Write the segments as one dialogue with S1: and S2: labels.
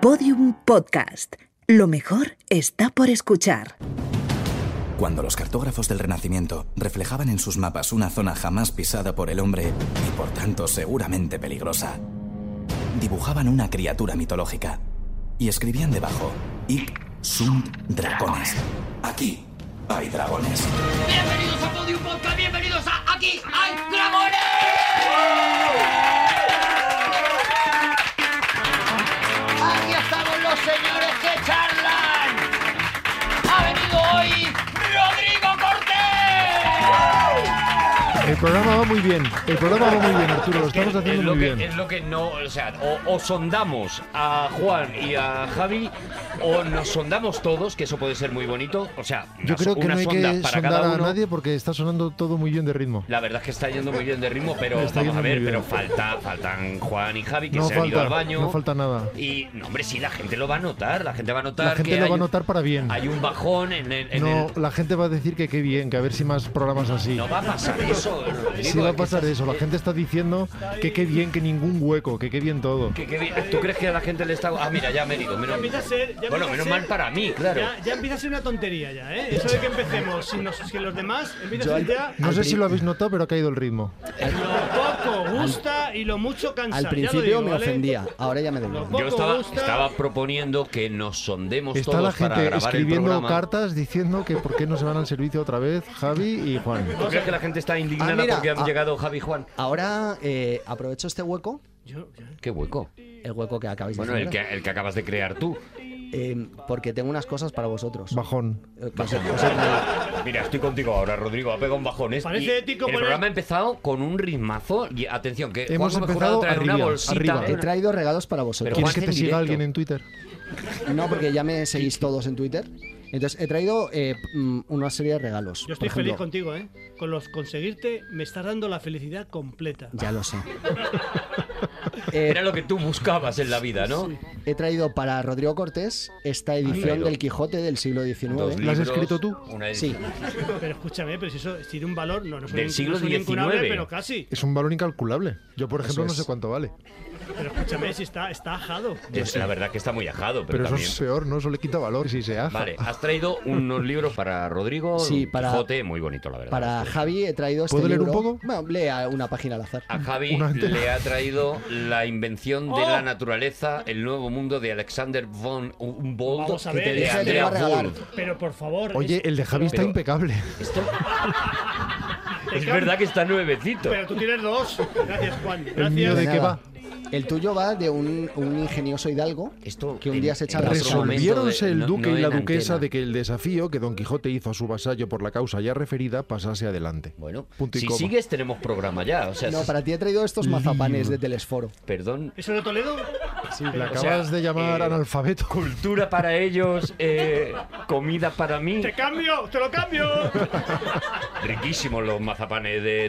S1: Podium Podcast. Lo mejor está por escuchar.
S2: Cuando los cartógrafos del Renacimiento reflejaban en sus mapas una zona jamás pisada por el hombre y por tanto seguramente peligrosa, dibujaban una criatura mitológica y escribían debajo: Ic sunt dragones. Aquí hay dragones.
S3: Bienvenidos a Podium Podcast, bienvenidos a Aquí hay dragones. Aquí estamos los señores que charlan. Ha venido hoy Rodrigo Cortés.
S4: El programa va muy bien, el programa va muy bien, Arturo, lo estamos
S5: es
S4: haciendo
S5: lo
S4: muy
S5: que,
S4: bien.
S5: es lo que no, o sea, o, o sondamos a Juan y a Javi, o nos sondamos todos, que eso puede ser muy bonito. O sea, una,
S4: Yo creo que
S5: una
S4: no hay
S5: sonda
S4: que
S5: para
S4: sondar
S5: cada
S4: a
S5: uno.
S4: nadie porque está sonando todo muy bien de ritmo.
S5: La verdad es que está yendo muy bien de ritmo, pero
S4: Está
S5: vamos
S4: yendo
S5: a ver,
S4: muy bien.
S5: pero falta, faltan Juan y Javi que
S4: No
S5: se han ido
S4: falta,
S5: al baño.
S4: no falta nada.
S5: Y no, hombre, sí, la gente lo va a notar, la gente va a notar
S4: La gente
S5: que
S4: lo
S5: hay,
S4: va a notar para bien.
S5: hay un bajón en el, en
S4: No,
S5: el-
S4: la gente va a decir que qué bien, que a ver si más programas así.
S5: no va a pasar eso. Rodrigo,
S4: Sí va
S5: es
S4: a
S5: que
S4: pasar
S5: estás-
S4: eso, la gente está diciendo que qué bien, que ningún hueco, que qué bien todo.
S5: ¿Qué- qué bien? ¿Tú crees que a la gente le está.? Ah, mira, ya me he ido.
S6: Ya
S5: Menos...
S6: empieza a ser- ya
S5: bueno,
S6: empieza
S5: menos
S6: a ser-
S5: mal para mí, claro.
S6: Ya, ya empieza a ser una tontería ya, ¿eh? Eso de que empecemos sin, los- sin los demás, empieza a ser ya
S4: No sé si lo habéis notado, pero ha caído el ritmo.
S6: lo poco gusta y lo mucho cansa.
S7: Al
S6: ya lo
S7: principio
S6: digo,
S7: me
S6: ¿vale?
S7: ofendía, ahora ya me da
S6: Lo
S7: igual.
S6: poco
S5: Yo estaba,
S6: gusta,
S5: estaba proponiendo que nos sondemos
S4: Está
S5: todos
S4: la
S5: para
S4: gente
S5: grabar el
S4: escribiendo
S5: programa.
S4: cartas diciendo que por qué no se van al servicio otra vez Javi y Juan.
S5: ¿Tú crees que la gente está indignada
S7: Ah, mira,
S5: porque han
S7: ah.
S5: llegado Javi y Juan?
S7: Ahora eh, aprovecho este hueco,
S6: yo- yo-
S5: Qué hueco.
S7: el hueco que acabáis
S5: Bueno,
S7: de
S5: el que,
S7: generar,
S5: el que acabas de crear tú.
S7: eh, porque tengo unas cosas para vosotros.
S4: Bajón.
S7: Eh, que os- os he traído.
S5: Mira, estoy contigo ahora, Rodrigo. Ha pegado un bajón. ¿eh?
S6: Parece
S5: Y
S6: ético
S5: El
S6: poner-
S5: programa ha empezado con un ritmazo. Y atención, que
S4: Hemos
S5: Juanjo
S4: empezado
S5: Mejorado trae una
S4: arriba,
S5: bolsita.
S4: arriba.
S7: He traído regalos para
S5: Pero
S7: vosotros.
S4: ¿Quieres
S5: Juan
S4: que
S5: en
S4: te siga
S5: directo.
S4: alguien en Twitter?
S7: No, porque ya me seguís todos en Twitter. Entonces he traído eh, mm, una serie de regalos.
S6: yo
S7: Por
S6: estoy feliz
S7: ejemplo,
S6: contigo, ¿eh? Con los conseguirte me estás dando la felicidad completa.
S7: Ya lo sé. Eh,
S5: Era lo que tú buscabas en la vida, ¿no?
S7: he traído para Rodrigo Cortés esta edición
S5: traído.
S7: del Quijote del siglo
S5: Ah, Dos
S7: XIX.
S4: ¿La has
S5: libros,
S4: escrito tú?
S5: una
S7: Sí,
S5: edición.
S6: Pero escúchame, pero si eso tiene un valor, no, no soy,
S5: Del
S6: un-
S5: siglo
S6: no soy incurable,
S5: XIX.
S6: pero casi.
S4: Es un valor incalculable. Yo, por ejemplo, no
S7: es.
S4: sé cuánto vale.
S6: Pero escúchame, si está, está ajado.
S5: Es- La verdad que está muy ajado, pero,
S4: Pero eso
S5: también...
S4: es peor, ¿no? Eso le quita valor si se hace.
S5: Vale, has traído unos libros para Rodrigo.
S7: Sí,
S5: un
S7: para-
S5: Quijote, muy bonito, la verdad.
S7: para Javi he traído este
S4: ¿Puedo leer un
S7: libro.
S4: poco?
S7: Bueno, lea una página al azar.
S5: A Javi
S4: Una antena.
S5: le ha traído la invención de
S6: ¡Oh!
S5: la naturaleza, el nuevo mundo de Alexander von Humboldt.
S6: Vamos a
S5: que
S6: ver,
S5: te
S6: dije
S5: de
S6: que
S7: te iba a
S5: Andrea
S7: regalar.
S5: Wolf.
S6: Pero por favor,
S4: Oye,
S6: es-
S4: el de Javi está
S5: Pero-
S4: impecable.
S5: Es verdad que está nuevecito.
S6: pero tú tienes dos. Gracias, Juan. Gracias.
S4: El mío de qué va.
S7: nada. El tuyo va de un, un ingenioso hidalgo
S5: Esto
S7: que un
S5: en-
S7: día se echa
S5: en
S7: la
S5: otro
S7: bronca.
S5: momento
S4: Resolviéronse
S5: de-
S4: el
S5: no-
S4: duque
S5: no
S4: y la
S5: en
S4: duquesa
S5: antena.
S4: de que el desafío que Don Quijote hizo a su vasallo por la causa ya referida pasase adelante.
S5: Bueno,
S4: punto y
S5: si
S4: coma.
S5: sigues tenemos programa ya. O sea,
S7: No,
S5: si-
S7: para ti he traído estos mazapanes de Telesforo.
S5: perdón.
S6: ¿Eso de Toledo?
S4: Sí, le
S5: o
S4: acabas
S5: sea,
S4: de llamar
S5: eh,
S4: analfabeto.
S5: Cultura para ellos, eh, comida para mí.
S6: ¡Te cambio! ¡Te lo cambio!
S5: Riquísimos los mazapanes de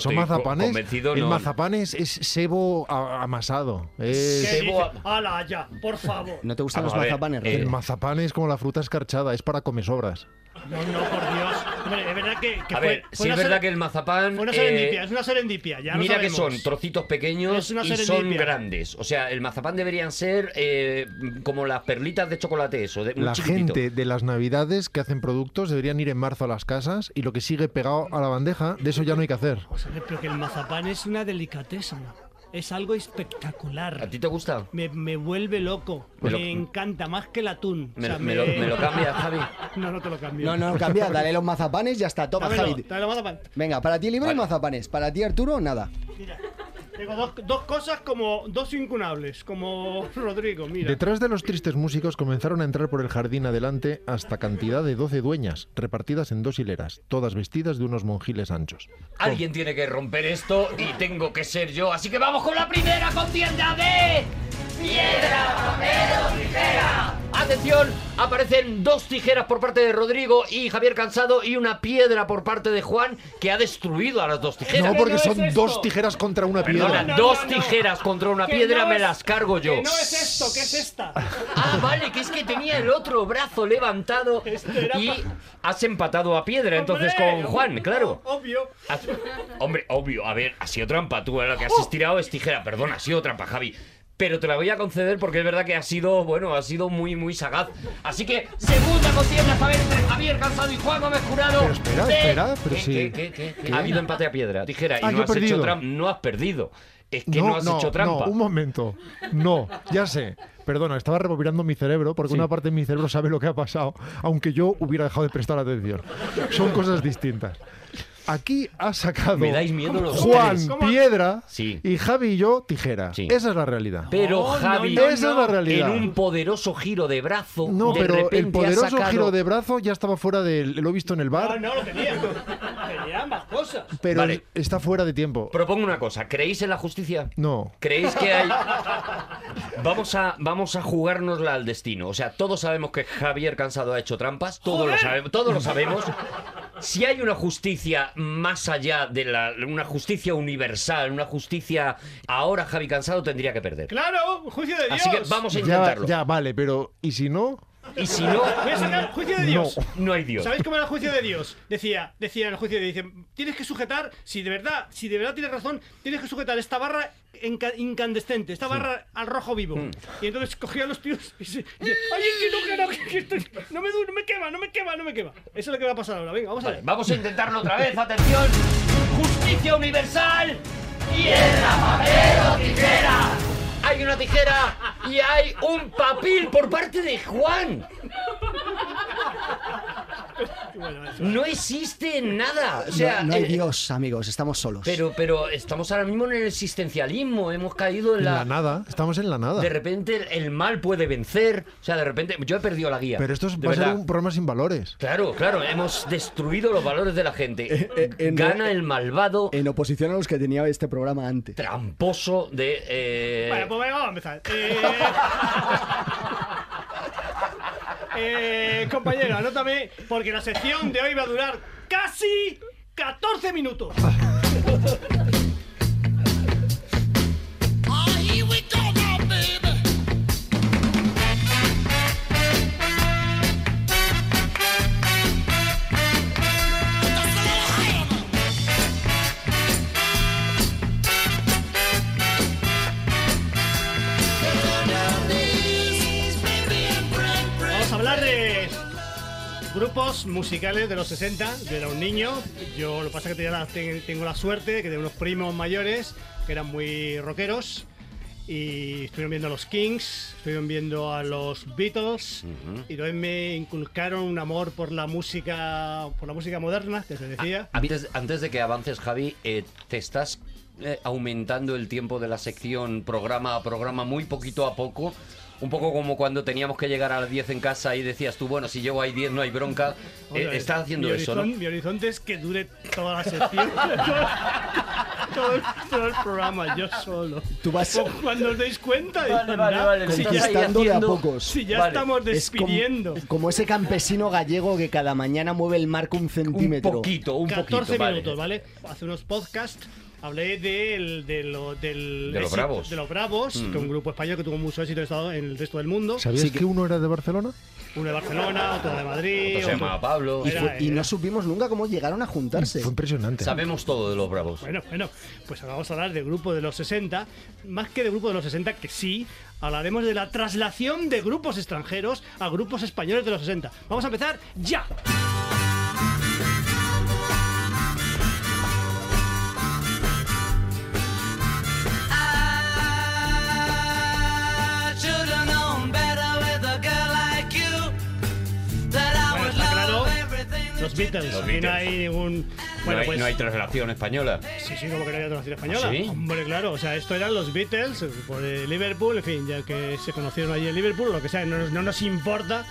S4: Son
S5: estoy co-
S4: mazapanes.
S5: Convencido,
S4: el
S5: no-
S4: mazapán es, es sebo a- amasado.
S6: ¿Qué
S4: Es-
S5: Sí.
S6: dice?
S5: Sebo a-
S6: ¡Hala, ya! ¡Por favor!
S7: ¿No te gustan
S5: Vamos
S7: los
S5: a ver,
S7: mazapanes,
S5: eh,
S4: el
S7: Rodrigo?
S4: mazapán es como la fruta escarchada, es para comesobras.
S6: No, no, por Dios. Hombre, es verdad que, que
S5: A
S6: fue-
S5: ver,
S6: fue
S5: sí
S6: una
S5: es verdad
S6: seren-
S5: que el mazapán.
S6: Fue una
S5: eh,
S6: serendipia, es una serendipia. Ya lo
S5: Mira que
S6: sabemos.
S5: son trocitos pequeños
S6: Es una
S5: y son
S6: serendipia.
S5: grandes. O sea, el mazapán deberían ser eh, como las perlitas de chocolate, eso. De, muy
S4: La
S5: chiquitito.
S4: gente de las navidades que hacen productos deberían ir en marzo a las casas y lo que sigue pegado a la bandeja, de eso ya no hay que hacer.
S6: O sea, Pero que el mazapán es una delicateza. ¿no? Es algo
S5: ¿A
S6: espectacular.
S5: ti te gusta?
S6: Me, me vuelve loco.
S5: Me
S6: Me,
S5: lo-
S6: encanta más que el atún. O
S5: Me,
S6: sea,
S5: me lo, me lo cambias, Javi.
S6: No, no te lo cambio.
S7: No, no, cambia, dale los mazapanes y ya está. Toma,
S6: Dámelo,
S7: Javi.
S6: dale mazapán.
S7: Venga, para ti libro y
S5: Vale.
S7: mazapanes. Para ti, Arturo, nada.
S6: Mira, tengo dos, dos cosas como dos incunables, como Rodrigo, mira.
S4: Detrás de los tristes músicos comenzaron a entrar por el jardín adelante hasta cantidad de 12 dueñas, repartidas en dos hileras, todas vestidas de unos monjiles anchos.
S5: Alguien tiene que romper esto y tengo que ser yo. Así que vamos con la primera.
S3: Primera contienda de piedra, papel o tijera.
S5: Atención, aparecen dos tijeras por parte de Rodrigo y Javier Cansado y una piedra por parte de Juan que ha destruido a las dos tijeras.
S4: No, porque
S6: es
S4: son
S6: esto.
S4: dos tijeras contra una
S5: Perdona,
S4: piedra.
S6: no,
S5: dos
S6: no.
S5: tijeras contra una
S6: Que
S5: piedra
S6: no
S5: me
S6: es-
S5: las cargo yo.
S6: Que no es esto, que es esta.
S5: Ah, vale, que es que tenía el otro brazo levantado
S6: Este era
S5: y has empatado a piedra entonces
S6: Hombre,
S5: con Juan, claro.
S6: Obvio.
S5: Has-
S6: ¡Oh!
S5: Hombre, obvio, a ver, ha sido trampa tú, a lo que has estirado es tijera, perdón, ha sido trampa, Javi. pero te la voy a conceder porque es verdad que ha sido, bueno, ha sido muy, muy sagaz. Así que, segunda contienda esta vez entre Javier Cansado y Juan Gómez Jurado.
S4: Pero espera,
S5: de-
S4: espera, pero
S5: ¿Qué,
S4: sí.
S5: qué, qué, qué? Ha habido empate a piedra, tijera, y
S4: Ah,
S5: no
S4: yo he
S5: has hecho
S4: perdido.
S5: trampa. No has perdido. Es que no, has hecho trampa.
S4: No, un momento. No, ya sé. Perdona, estaba rebobinando mi cerebro porque una parte de mi cerebro sabe lo que ha pasado, aunque yo hubiera dejado de prestar atención. Son cosas distintas. Aquí ha sacado
S5: Me dais miedo los
S4: Juan
S5: tres.
S6: ¿Cómo?
S4: Piedra
S5: Sí.
S4: y Javi y yo tijera.
S5: Sí.
S4: Esa es la realidad.
S5: Pero
S6: No, no,
S5: Javi,
S6: no,
S4: Esa es la realidad.
S5: en un poderoso giro de brazo,
S4: No,
S5: de
S4: pero
S5: repente
S4: el
S5: ha
S4: poderoso
S5: sacado-
S4: giro de brazo ya estaba fuera del. Lo he visto en el
S6: No,
S4: bar,
S6: no, lo tenía. Tenía ambas cosas.
S4: pero
S5: Vale.
S4: está fuera de tiempo.
S5: Propongo una cosa, ¿creéis en la justicia?
S4: No.
S5: ¿Creéis que hay...? Vamos a, vamos a jugárnosla al destino. O sea, todos sabemos que Javier Cansado ha hecho trampas. Todos lo, sabemos, todos lo sabemos. Si hay una justicia más allá de la... Una justicia universal, una justicia... Ahora Javi Cansado tendría que perder.
S6: Claro, juicio de Dios.
S5: Así que vamos a
S4: Ya,
S5: intentarlo.
S4: ya, vale, pero. ¿Y si no?
S5: Y si no,
S6: Voy a sacar juicio de Dios.
S5: no hay Dios.
S6: ¿Sabéis cómo era el juicio de Dios? Decía, decía el juicio de Dios, dice, tienes que sujetar, si de verdad, si de verdad tienes razón, tienes que sujetar esta barra enca- incandescente, esta barra al rojo vivo.
S5: Mm.
S6: Y entonces cogía los tíos y se... y- ¡Ay, que no, que no, que- que estoy- no me, du- no me quema, no me quema, no me quema! Eso es lo que va a pasar ahora, venga, vamos a
S5: Vale,
S6: ver.
S5: vamos a intentarlo otra vez, atención. Justicia universal. Piedra, papel o tijera. Hay una tijera y hay un papel por parte de Juan. No existe nada. O sea,
S7: no, no hay
S5: eh,
S7: Dios, amigos, estamos solos.
S5: pero, pero estamos ahora mismo en el existencialismo. Hemos caído en
S4: En
S5: la.
S4: la nada. Estamos en la nada.
S5: de repente el- el mal puede vencer. O sea, de repente. Yo he perdido la guía.
S4: Pero esto es-
S5: De
S4: va a ser
S5: verdad.
S4: un programa sin valores.
S5: Claro, claro, hemos destruido los valores de la gente.
S7: eh, en-
S5: Gana el malvado
S7: En oposición a los que tenía este programa antes.
S5: tramposo de... eh,
S6: Bueno, pues venga, vamos a empezar. Eh... eh, compañero, anótame, porque la sección de hoy va a durar casi 14 minutos. Vamos a hablar de grupos musicales de los 60. Yo era un niño. Yo lo que pasa es que tenía la- ten- tengo la suerte de que tengo unos primos mayores que eran muy rockeros. Y estuvieron viendo a los Kings, estuvieron viendo a los Beatles y también me inculcaron un amor por la música por la música moderna, que se decía.
S5: Antes, antes de que avances, Javi, eh, te estás eh, aumentando el tiempo de la sección programa a programa muy poquito a poco. Un poco como cuando teníamos que llegar a las 10 en casa y decías tú, bueno, si llego a 10 no hay bronca. Eh,
S6: Otra vez,
S5: estás haciendo
S6: mi
S5: eso, ¿no?
S6: horizon- Mi horizonte es que dure toda la sección. todo, el, todo el programa, yo solo.
S7: Tú vas
S6: O Cuando os deis cuenta, dicen, "Ah, si ya,
S7: conquistando de a
S5: haciendo-
S7: pocos.
S6: si ya
S5: Vale,
S6: estamos
S7: Es como-
S6: despidiendo.
S7: Como, ese campesino gallego que cada mañana mueve el marco un
S5: Un
S7: centímetro.
S5: poquito, un
S6: 14
S5: poquito, vale.
S6: minutos, vale. Hace unos podcasts hablé del, de, lo- del
S5: De los
S6: éxito-
S5: Bravos. Mm.
S6: de los Bravos, que es un grupo español que tuvo mucho éxito en estado- en el resto del mundo.
S4: ¿Sabías que... uno era de Barcelona?
S6: Uno de Barcelona, otro de Madrid.
S5: Otro se
S6: otro-
S5: llama Pablo.
S7: Y,
S6: Era,
S7: fu- y
S6: era.
S7: no supimos nunca cómo llegaron a juntarse.
S4: Fue impresionante.
S5: Sabemos todo de los bravos.
S6: Bueno, bueno, pues ahora vamos a hablar del grupo de los 60. Más que del grupo de los 60, que sí, hablaremos de la traslación de grupos extranjeros a grupos españoles de los 60. Vamos a empezar ya. Bueno, está claro, Los Beatles,
S5: Los
S6: aquí no
S5: Beatles.
S6: hay ningún.
S5: no,
S6: Bueno,
S5: hay,
S6: pues.
S5: no hay traslación española.
S6: Sí, sí, como que no había traducción española.
S5: ¿Ah, sí?
S6: Hombre, claro, o sea, esto eran los Beatles, el grupo de Liverpool, en fin, ya que se conocieron allí en Liverpool, lo que sea, no, nos- no nos importa.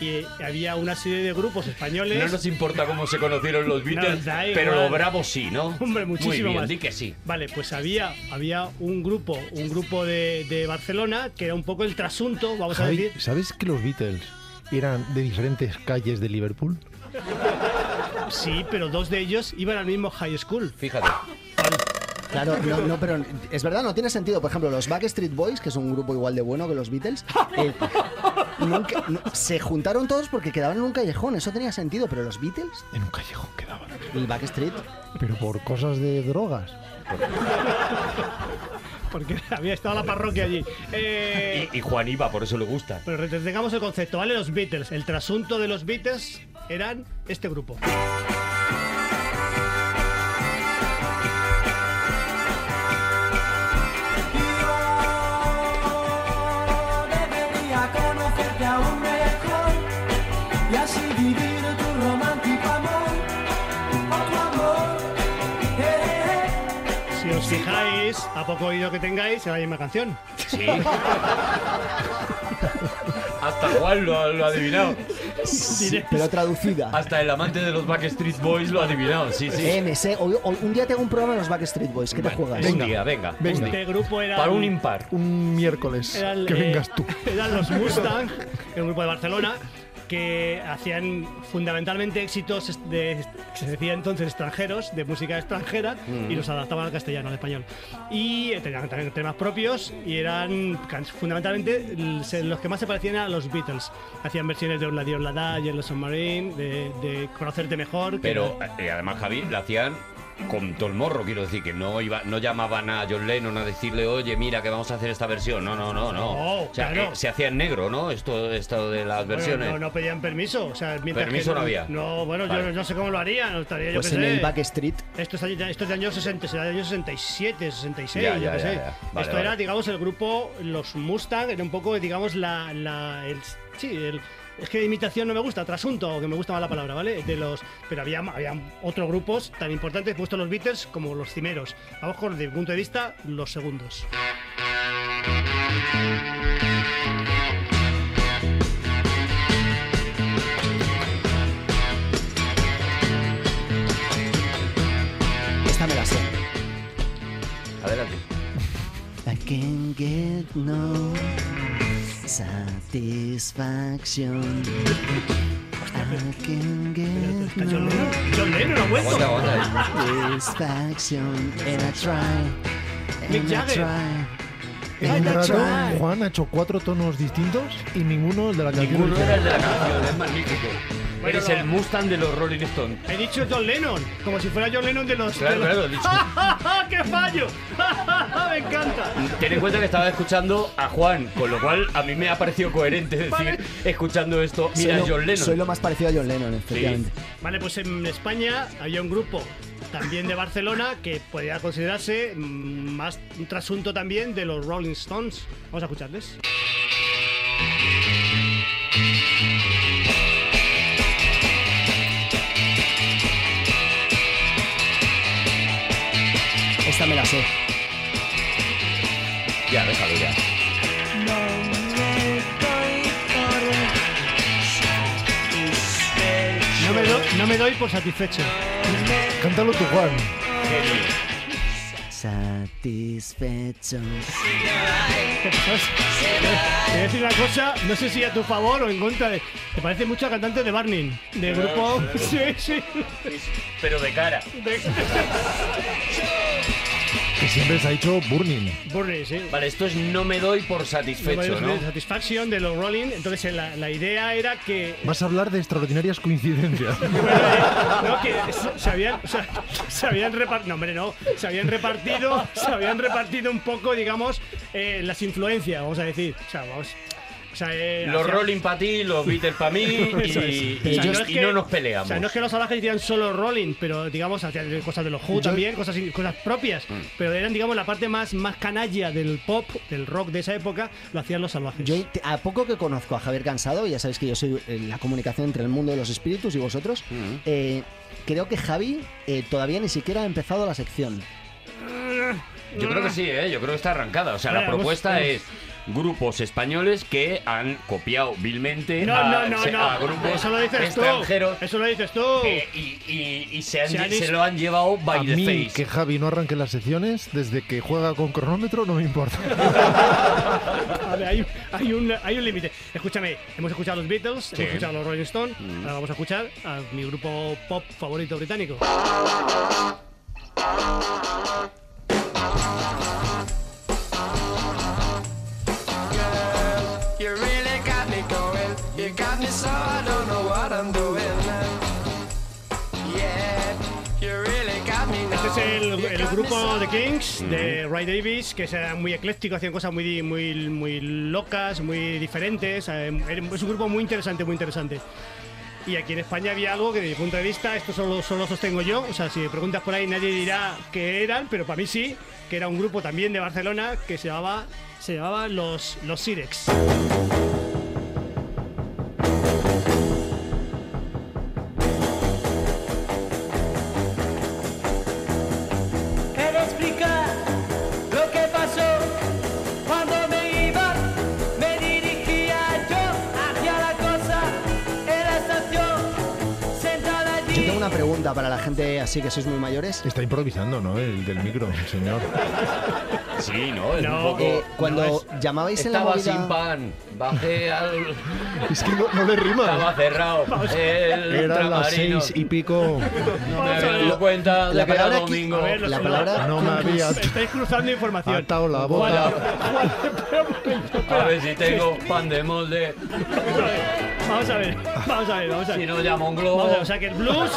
S6: Y había una serie de grupos españoles.
S5: No nos importa cómo se conocieron los Beatles,
S6: Nos da igual.
S5: pero los bravos sí, ¿no?
S6: Hombre, muchísimo
S5: Muy bien,
S6: más.
S5: di que sí.
S6: Vale, pues había, había un grupo, un grupo de, de Barcelona que era un poco el trasunto, vamos a
S4: Javi,
S6: decir.
S4: ¿Sabes que los Beatles eran de diferentes calles de Liverpool?
S6: Sí, pero dos de ellos iban al mismo high school.
S5: Fíjate.
S7: Claro, no, no, pero es verdad, no tiene sentido. Por ejemplo, los Backstreet Boys, que es un grupo igual de bueno que los Beatles, eh, nunca- no- se juntaron todos porque quedaban en un callejón. Eso tenía sentido, pero los Beatles,
S4: En un callejón quedaban.
S7: el Backstreet,
S4: Pero por cosas de drogas.
S6: porque había estado la parroquia allí. Eh,
S5: Y, y Juan iba, por eso le gusta.
S6: pero retengamos el concepto, ¿vale? Los Beatles. El trasunto de los Beatles eran este grupo.
S8: Yo debería conocerte aún mejor y así vivir tu romántico amor, o tu amor.
S6: Si os fijáis, a poco oído que tengáis, es la misma canción.
S5: Sí. Hasta Juan lo, ha- lo ha adivinado.
S7: Sí, pero traducida.
S5: Hasta el amante de los Backstreet Boys lo ha adivinado. Sí, sí.
S7: MC, hoy- hoy- un día tengo un programa de los Backstreet Boys, ¿qué te juegas?
S5: Un día, venga. un
S4: Venga.
S6: Este
S5: día.
S6: grupo era.
S5: Para un impar.
S4: Un miércoles.
S6: Eran,
S4: que
S6: eh,
S4: vengas tú.
S6: Eran los Mustang, el grupo de Barcelona, que hacían fundamentalmente éxitos est- de, que se decía entonces extranjeros, de música extranjera,
S5: Mm.
S6: y los adaptaban al castellano, al español. Y eh, tenían también temas propios y eran can- fundamentalmente l- se- los que más se parecían a los Beatles. Hacían versiones de Obla Dios Lada, Yellow Submarine, de, de Conocerte Mejor. que
S5: Pero eh, además, Javi, la hacían con todo el morro, quiero decir, que no iba, no llamaban a John Lennon a decirle, oye, mira, que vamos a hacer esta versión. No, no, no, no.
S6: No,
S5: o sea, eh,
S6: claro.
S5: se hacía en negro, ¿no? Esto, esto de las
S6: Bueno,
S5: versiones.
S6: no, no pedían permiso. O sea, mientras
S5: Permiso no
S6: que-
S5: había.
S6: No, bueno, yo
S5: Vale.
S6: no sé cómo lo harían. Estaría, yo
S7: Pues
S6: qué
S7: en el
S6: sé.
S7: Backstreet.
S6: Esto es, año- esto es de años 60, será de años 67, 66,
S5: Ya,
S6: yo
S5: ya,
S6: qué
S5: ya,
S6: sé.
S5: ya. Vale,
S6: esto
S5: vale.
S6: era, digamos, el grupo, los Mustang, era un poco, digamos, la... la- el- sí, el- es que imitación no me gusta, trasunto, que me gusta más la palabra, ¿vale? De los, pero había, había otros grupos tan importantes, puesto los Beatles como los cimeros. Vamos con, desde mi punto de vista, los segundos.
S7: Esta me la sé.
S5: Adelante.
S7: I can get no satisfaction. I can get
S6: John
S7: no
S6: Lennon, John Lennon ha vuelto.
S5: Aguanta, aguanta.
S7: satisfaction. And I try.
S6: Mick
S7: And I
S6: Jagger.
S7: try.
S4: En un rato, Juan ha hecho cuatro tonos distintos y ninguno el de la canción.
S5: Ninguno era
S4: original.
S5: el de la canción, es magnífico.
S6: Bueno,
S5: Eres
S6: no.
S5: el Mustang de los Rolling Stones.
S6: He dicho John Lennon, como si fuera John Lennon de los...
S5: Claro,
S6: de los-
S5: claro, he dicho.
S6: ¡Qué fallo! ¡Me encanta!
S5: Ten en cuenta que estaba escuchando a Juan, con lo cual a mí me ha parecido coherente decir,
S6: Vale.
S5: escuchando esto, mira,
S7: soy, lo,
S5: John Lennon.
S7: soy lo más parecido a John Lennon, efectivamente.
S6: Vale, pues en España había un grupo también de Barcelona que podía considerarse mm, más un trasunto también de los Rolling Stones. Vamos a escucharles.
S7: Esta me la sé.
S5: Ya, déjalo ya.
S6: No me, do- no me doy por satisfecho.
S4: Cántalo tú, Juan.
S7: Satisfaction.
S6: ¿Sabes? Te voy a decir una cosa, no sé si a tu favor o en contra. De, te parece mucho a cantante de Barney, de grupo. Sí, sí.
S5: Pero de cara.
S4: Que siempre se ha hecho Burning.
S6: Barney, sí.
S5: Vale, esto es no me doy por satisfecho, ¿no?
S6: Satisfaction de los Rolling. Entonces eh, la, la idea era que
S4: Vas a hablar de extraordinarias coincidencias.
S6: No, que se- se habían, o sea, se habían repartido. No, hombre, no. Se habían repartido, se habían repartido un poco, digamos, eh, las influencias, vamos a decir. O sea, vamos. O sea, eh,
S5: Los
S6: hacía-
S5: Rolling para ti, los Beatles para mí
S6: Eso es.
S5: y,
S6: O
S5: y-
S6: sea, es
S5: y
S6: que-
S5: no nos
S6: O
S5: peleamos.
S6: sea, no es que los salvajes hicieran solo Rolling, pero digamos, hacían cosas de los Who también, cosas, cosas propias. Pero eran, digamos, la parte más, más canalla del pop, del rock de esa época, lo hacían los salvajes.
S7: Yo, te- a poco que conozco a Javier Cansado, ya sabéis que yo soy eh, la comunicación entre el mundo de los espíritus y vosotros, eh, creo que Javi eh, todavía ni siquiera ha empezado la sección.
S5: Yo creo que sí, ¿eh? yo creo que está arrancada. O sea,
S6: Vale,
S5: la
S6: vamos-
S5: propuesta
S6: vamos.
S5: es grupos españoles que han copiado vilmente
S6: no,
S5: a,
S6: no, no,
S5: se- a
S6: no.
S5: grupos
S6: Eso lo dices tú.
S5: extranjeros
S6: Eso lo dices tú.
S5: eh, y, y- y se, han-
S6: Se han
S5: se
S6: hecho-
S5: lo han llevado by
S4: A
S5: the
S4: mí
S5: face.
S4: que Javi no arranque las sesiones desde que juega con cronómetro no me importa.
S6: A ver, hay, hay un, hay un límite. Escúchame, hemos escuchado a los Beatles, hemos escuchado a los Rolling Stones, ahora vamos a escuchar a mi grupo pop favorito británico.
S8: You really got me going. You got me so I don't know what I'm doing. Yeah, you really got me now.
S6: Este es el, el grupo The Kings, de Ray Davis, que era muy ecléctico, hacían cosas muy, di- muy, muy locas, muy diferentes. eh, era- Es un grupo muy interesante, muy interesante. Y aquí en España había algo que, desde mi punto de vista, esto solo, solo sostengo yo. O sea, si me preguntas por ahí, nadie dirá que eran, pero para mí sí, que era un grupo también de Barcelona que se llamaba, se llamaba Los, los Sirex.
S8: Quiero explicar lo que pasó cuando me iba, me dirigía yo hacia la cosa, en la estación, sentada allí.
S7: Yo tengo una pregunta para la gente así que sois muy mayores.
S4: Está improvisando, ¿no? El del micro, el señor.
S5: Sí, ¿no? Es
S6: No,
S5: un poco...
S7: Eh, cuando
S6: no es-
S7: llamabais en la
S5: Estaba
S7: movida...
S5: sin pan, bajé al...
S4: Es que no, no le
S5: Estaba
S4: rima.
S5: cerrado el
S4: Eran las
S5: ultramarino.
S4: seis y pico.
S5: Me había dado cuenta de
S7: la
S5: que era
S7: palabra aquí-
S5: domingo.
S6: A ver, los-
S7: La palabra...
S4: No me había
S6: Estáis cruzando información.
S4: atado la boca.
S5: A ver si tengo pan de molde,
S6: Vamos a ver, vamos a ver, vamos a ver.
S5: si no llamo un
S6: Vamos
S5: globo.
S6: a ver, o sea que el blues,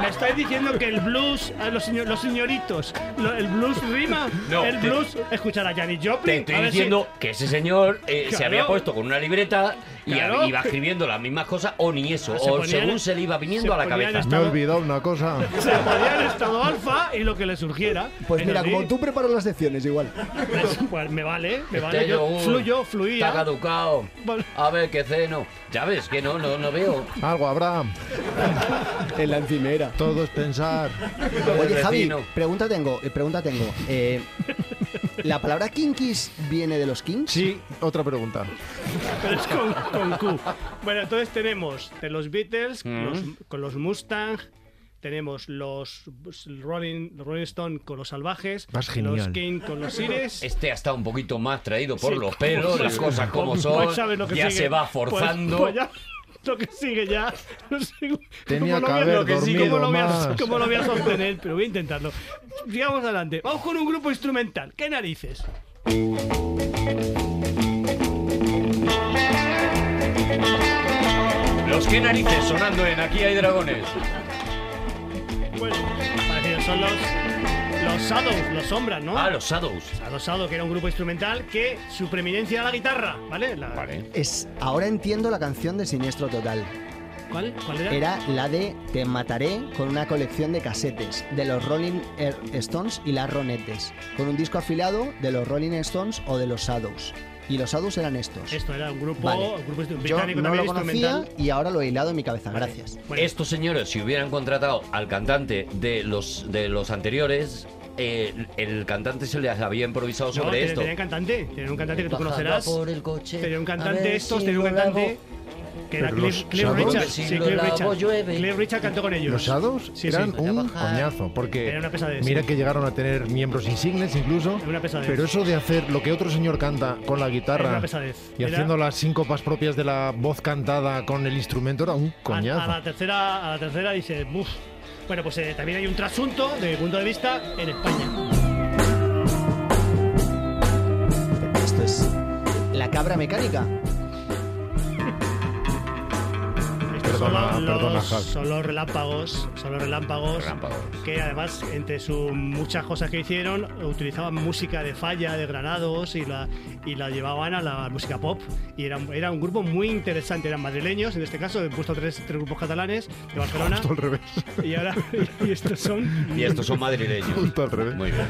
S6: me estáis diciendo que el blues, a los, señor- los señoritos, lo- el blues rima,
S5: No,
S6: el
S5: te-
S6: blues, escuchar a Janis
S5: Te
S6: Joplin.
S5: estoy
S6: a ver si-
S5: diciendo que ese señor eh, se
S6: Claro.
S5: había puesto con una libreta y
S6: Claro.
S5: iba escribiendo las mismas cosas o ni eso,
S6: Se
S5: o
S6: ponía en-
S5: según se le iba
S6: se
S5: viniendo a la
S6: ponía en
S5: cabeza.
S4: Me he olvidado una cosa.
S6: se ponía en estado alfa y lo que le surgiera.
S7: Pues
S6: Es
S7: mira,
S6: así.
S7: como tú preparas las lecciones, igual.
S6: Pues, pues me vale, me vale.
S5: Este
S6: Yo
S5: yogur
S6: fluyo, fluía.
S5: Está caducado.
S6: Vale.
S5: A ver qué ceno. Ya ves que no, no, no veo.
S4: Algo habrá.
S7: En la encimera.
S4: Todo es pensar.
S7: Oye, Javi,
S5: vecino.
S7: pregunta tengo, eh, pregunta tengo. Eh, ¿La palabra kinkis viene de los kinks?
S4: Sí, otra pregunta.
S6: Pero es con, con Q. Bueno, entonces tenemos de los Beatles,
S5: Mm.
S6: los- con los Mustang, tenemos los Rolling, los Rolling Stone con los salvajes,
S4: Más
S6: los
S4: genial.
S6: King con los Sires.
S5: Este ha estado un poquito más traído por
S6: Sí,
S5: los
S6: ¿cómo
S5: pelos,
S6: se-
S5: las cosas como
S6: cómo-
S5: son.
S6: pues sabes lo que
S5: ya
S6: sigue.
S5: se va
S6: Pues-
S5: forzando.
S6: pues ya, lo que sigue ya. No sé cómo-
S4: Tenía
S6: cómo lo
S4: que
S6: voy a-
S4: haber
S6: lo que sí, cómo lo voy a-
S4: dormido más.
S6: cómo lo voy a sostener, pero voy a intentarlo. Sigamos adelante. Vamos con un grupo instrumental. ¿Qué narices?
S5: Los que narices sonando en Aquí hay dragones.
S6: Bueno, parecido, Pues, son los, los Shadows, los sombras, ¿no?
S5: Ah, los Shadows.
S6: A los Shadows, que era un grupo instrumental que su preeminencia era la guitarra, ¿vale? La-
S5: Vale.
S7: Es, ahora entiendo la canción de Siniestro Total.
S6: ¿Cuál? ¿Cuál era?
S7: Era la de Te mataré con una colección de casetes de los Rolling Er- Stones y las Ronettes, con un disco afilado de los Rolling Stones o de los Shadows. Y los Shadows eran estos.
S6: Esto era un grupo,
S7: Vale.
S6: Este un grupo instru-
S7: Yo
S6: británico
S7: no
S6: también
S7: lo conocía
S6: instrumental.
S7: y ahora lo he hilado en mi cabeza. Gracias.
S6: Bueno,
S5: Estos señores, si hubieran contratado al cantante de los, de los anteriores, eh, el cantante se les había improvisado
S6: no,
S5: sobre
S6: tenía-
S5: esto.
S6: tenía un cantante, tenía un cantante que tú
S5: Bajaba
S6: conocerás.
S5: por el coche,
S6: Tenía un
S5: a
S6: cantante
S5: ver
S6: estos,
S5: si
S6: tenía un
S5: lo lavo.
S6: cantante que era
S4: Pero
S6: Cliff,
S4: los
S6: Cliff
S4: Shadows-
S6: Richards.
S5: Si
S6: Sí,
S5: lo
S6: Cliff
S5: lavo,
S6: Richards.
S5: llueve.
S6: Cliff Richards cantó con ellos.
S4: Los Shadows
S6: Sí,
S4: eran
S6: sí.
S4: un coñazo, porque
S6: Era una pesadez,
S4: mira
S6: sí.
S4: que llegaron a tener miembros insignes incluso,
S6: Era una pesadez.
S4: pero eso de hacer lo que otro señor canta con la
S6: Era
S4: guitarra
S6: una pesadez.
S4: y
S6: Era-
S4: haciendo las síncopas propias de la voz cantada con el instrumento era un
S6: A- A,
S4: coñazo.
S6: la tercera, a la tercera dice, "Buf". Bueno, pues eh, también hay un trasunto, desde mi punto de vista, en España.
S7: Esto es la cabra mecánica.
S6: Estos son
S4: Perdona,
S6: los-
S4: perdona, Javi.
S6: Son los relámpagos, son los relámpagos.
S5: Relámpagos.
S6: Que además, entre sus muchas cosas que hicieron, utilizaban música de falla, de granados y la, y la llevaban a la música pop. Y era, era un grupo muy interesante. Eran madrileños, en este caso, he puesto tres, tres grupos catalanes de Barcelona.
S4: Justo al revés,
S6: Y ahora, y estos son
S5: Y estos son madrileños.
S4: justo al revés.
S5: Muy bien.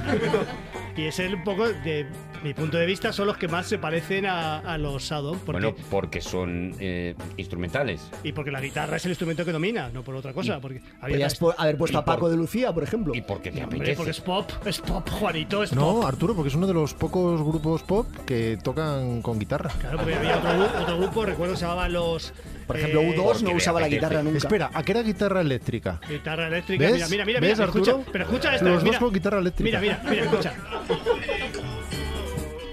S6: Y es el un poco, de mi punto de vista, son los que más se parecen a, a los Sado. Porque,
S5: Bueno, porque son eh, instrumentales.
S6: y porque la guitarra es el instrumento que domina, no por otra cosa. Porque había
S7: Podrías
S6: otras-
S7: po- haber puesto
S5: y
S7: a Paco
S5: por-
S7: de Lucía, por ejemplo.
S5: Y porque te
S6: Hombre, porque es
S5: apetece.
S6: pop, es pop, Juanito, es pop.
S4: No, Arturo, porque es uno de los pocos grupos pop que tocan con guitarra.
S6: Claro, porque había otro, gru- otro grupo, recuerdo, se llamaba los.
S7: Por ejemplo,
S6: eh,
S7: U2 no
S5: me
S7: usaba la
S5: apetece.
S7: guitarra nunca.
S4: Espera, ¿a qué era guitarra eléctrica?
S6: Guitarra eléctrica.
S4: ¿Ves?
S6: Mira, mira, mira,
S4: ¿Ves,
S6: mira, escucha,
S4: Arturo?
S6: pero escucha
S5: Este,
S6: esta.
S4: Los dos
S6: mira,
S4: con guitarra eléctrica.
S6: Mira, mira, mira, escucha.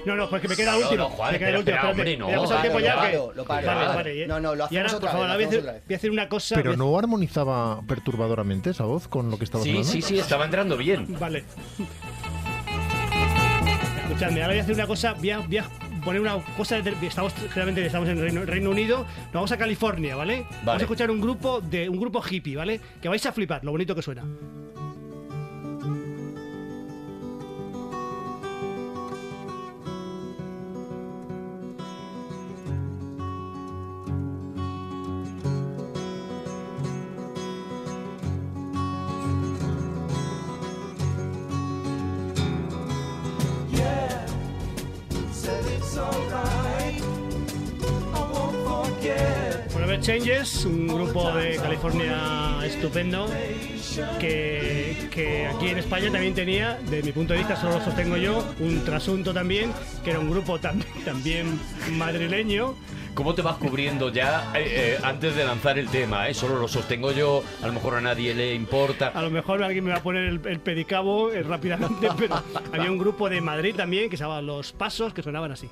S6: No, no, porque me queda el
S5: No,
S6: último.
S5: no, Juan,
S6: me queda el
S5: espera, espera,
S6: último. espérate.
S5: hombre, no,
S6: Ya hemos pasado
S5: paro,
S6: tiempo ya
S5: lo
S6: que-
S7: paro, lo paro.
S6: Vale,
S5: Vale.
S6: vale. eh.
S7: No, no, lo
S6: Y ahora,
S7: hacemos
S6: por favor,
S7: otra vez, lo
S6: voy a
S7: hacemos
S6: hacer-
S7: otra vez.
S6: voy a hacer una cosa. voy
S4: Pero
S6: a-
S4: no armonizaba perturbadoramente esa voz con lo que estaba
S5: Sí,
S4: sonando.
S5: sí, sí, estaba entrando bien.
S6: Vale. Escuchadme, ahora voy a hacer una cosa. Voy a, voy a poner una cosa. de- estamos, realmente estamos en Reino, Reino Unido. Nos vamos a California, ¿vale? Vamos a escuchar un grupo de un grupo hippie, ¿vale? Que vais a flipar, lo bonito que suena.
S8: it's alright. I won't forget.
S6: Forever Changes, un grupo de California estupendo que, que aquí en España también tenía, de mi punto de vista solo lo sostengo yo, un trasunto también, que era un grupo tam- también madrileño.
S5: ¿Cómo te vas cubriendo ya eh, eh, antes de lanzar el tema? eh? Solo lo sostengo yo, a lo mejor a nadie le importa.
S6: A lo mejor alguien me va a poner el, el pedicabo eh, rápidamente, pero había un grupo de Madrid también que se llamaba Los Pasos, que sonaban así.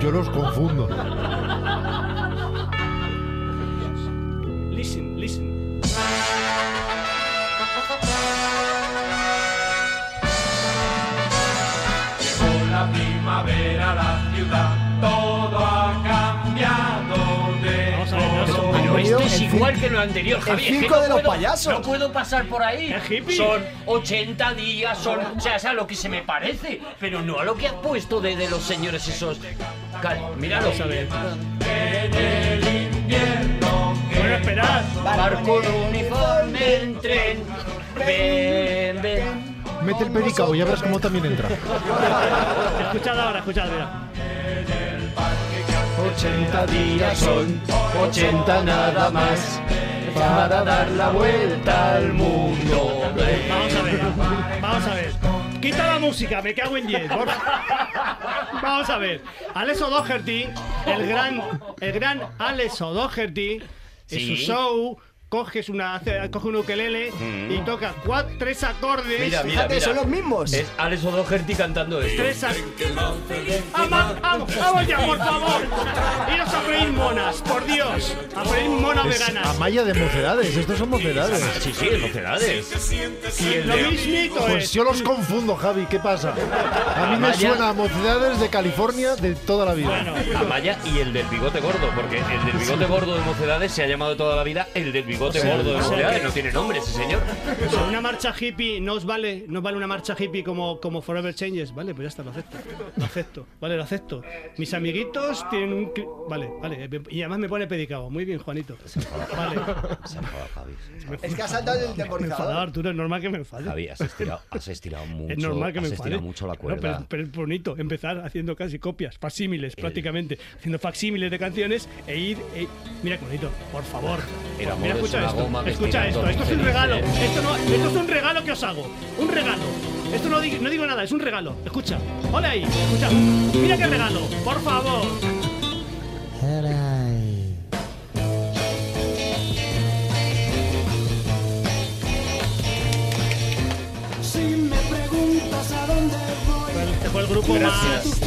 S4: Yo los confundo.
S6: Listen, listen.
S9: Llegó la primavera a la ciudad, todo ha cambiado de
S6: Vamos a ver, no es-
S9: color.
S5: Pero
S7: Pero
S5: esto es
S7: el cir-
S5: igual que lo anterior, Javier. es que
S7: circo
S5: no
S7: de los
S5: puedo-
S7: payasos.
S5: No puedo pasar por ahí.
S6: Es hippie.
S5: Son 80 días, son. O sea, es a lo que se me parece, pero no a lo que has puesto de, de los señores esos. Cal- Míralo.
S6: Vamos a ver.
S9: Invierno que
S6: Bueno, esperad.
S5: Barco de uniforme en tren. Ven, ven.
S4: Mete el pericabo, ya verás cómo también entra.
S6: Escuchad ahora, escuchad, mira.
S5: 80 días son 80 nada más para dar la vuelta al mundo.
S6: Vamos a ver, vamos a ver. Quita la música, me cago en 10. por favor. Vamos a ver. Alex O'Doherty, el gran, el gran Alex O'Doherty, en
S5: Sí.
S6: su show, coges una, hace- coge un ukelele y toca cuatro, tres acordes.
S5: Mira, mira,
S7: Fíjate,
S5: mira.
S7: son los mismos.
S5: Es Alex O'Doherty cantando esto.
S6: Tres ac- Ama- am- Vamos ya, por favor. Iros a freír monas, por Dios. A freír monas
S4: Es
S6: veganas.
S4: Amaya de mocedades, estos son mocedades.
S5: Ah, Sí, sí, mocedades. Y el
S6: Lo
S5: de...
S6: mismito
S4: Pues
S6: es.
S4: yo los confundo, Javi, ¿qué pasa? A mí me
S5: Amaya.
S4: suena a mocedades de California de toda la vida.
S6: Bueno,
S5: Amaya y el del bigote gordo, porque el del bigote gordo de mocedades se ha llamado toda la vida el del bigote gordo de
S6: o sea
S5: mocedades.
S6: que-
S5: No tiene nombre ese señor.
S6: o sea, una marcha hippie no os vale, no os vale una marcha hippie como, como Forever Changes. Vale, pues ya está, lo acepto. Lo acepto, vale, lo acepto. Mis amiguitos tienen un. cri- Vale, vale. Y además me pone pedicabo. Muy bien, Juanito. Vale.
S7: Es que ha saltado el
S6: Me enfadaba,
S7: temporizador.
S6: Arturo, es normal que me enfade.
S5: Javi, has estirado, has estirado mucho,
S6: Es normal que
S5: has
S6: me
S5: estirado
S6: enfade.
S5: mucho la
S6: No,
S5: cuerda. Eh.
S6: pero, pero es bonito empezar haciendo casi copias, facsímiles prácticamente, haciendo facsímiles de canciones e ir. e- Mira qué bonito, por favor.
S5: El amor
S6: Mira,
S5: es
S6: escucha
S5: una
S6: esto.
S5: goma que
S6: escucha
S5: tiene
S6: esto.
S5: dos
S6: Esto es un
S5: infelices.
S6: regalo. Esto, no, esto es un regalo que os hago. Un regalo. Esto no, di- no digo nada, es un regalo. Escucha. Hola ahí. Escucha. Mira qué regalo, por favor.
S8: Si me preguntas a dónde voy,
S6: Este fue el grupo más.
S8: quieres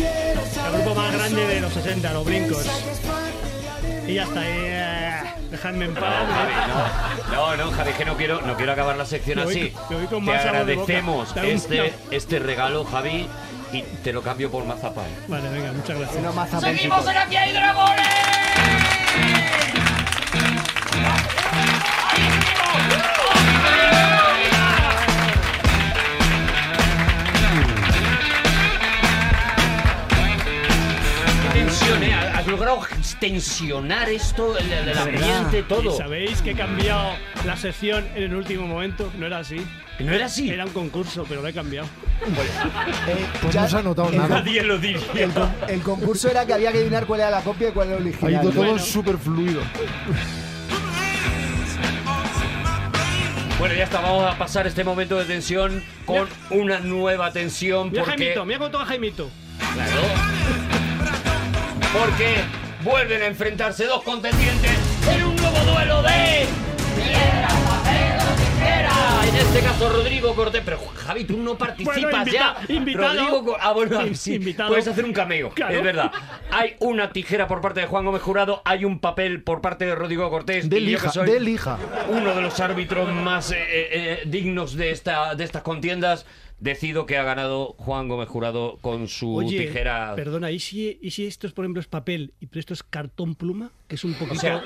S6: El grupo más grande de los 60, los brincos. Y ya está. eh, dejadme en
S5: No,
S6: paz.
S5: Javi, no. No, no, Javi, que no quiero, no quiero acabar la sección
S6: Me voy-
S5: así.
S6: me voy con
S5: te
S6: más sabor de
S5: agradecemos
S6: boca. Dame un-
S5: este, este regalo, Javi, y te lo cambio por mazapán.
S6: Vale, venga, muchas
S5: eh,
S6: gracias.
S7: Una maza
S3: ¡Seguimos en
S7: pentico.
S3: Aquí hay dragones!
S5: Qué tensión, ¿eh? Has logrado tensionar esto, el, el- el ambiente,
S6: ¿Y
S5: todo.
S6: ¿Sabéis que he cambiado la sección en el último momento? No era así.
S5: No era así.
S6: Era un concurso, pero lo he cambiado.
S7: Eh,
S4: Pues
S7: ya-
S4: no se ha notado nada.
S5: Nadie lo diría.
S7: El, con- el concurso era que había que adivinar cuál era la copia y cuál era el
S4: Ha
S7: original.
S4: ido todo súper fluido.
S5: Bueno, ya está, vamos a pasar este momento de tensión con una nueva tensión
S6: Mira
S5: porque...
S6: Jaimito, mira cómo toca Jaimito.
S5: Claro. Porque vuelven a enfrentarse dos contendientes en un nuevo duelo de.
S3: ¡Piedra, papel o tijera!
S5: Ah, En este caso, Rodrigo Cortés. Pero Javi, tú no participas
S6: Bueno, invita-
S5: ya.
S6: invitado.
S5: Rodrigo Cor- Ah, bueno,
S6: In-
S5: sí,
S6: invitado.
S5: Puedes hacer un cameo.
S6: Claro.
S5: Es verdad. Hay una tijera por parte de Juan Gómez Jurado. Hay un papel por parte de Rodrigo Cortés.
S4: De
S5: y yo que
S4: lija,
S5: soy-
S4: de lija.
S5: uno de los árbitros más eh, eh, eh, dignos de, esta, de estas contiendas. Decido que ha ganado Juan Gómez Jurado con su
S6: Oye,
S5: Uh, tijera.
S6: perdona, ¿y si, ¿y si esto es, por ejemplo, es papel y pero esto es cartón pluma? Que es un poquito...
S5: sea,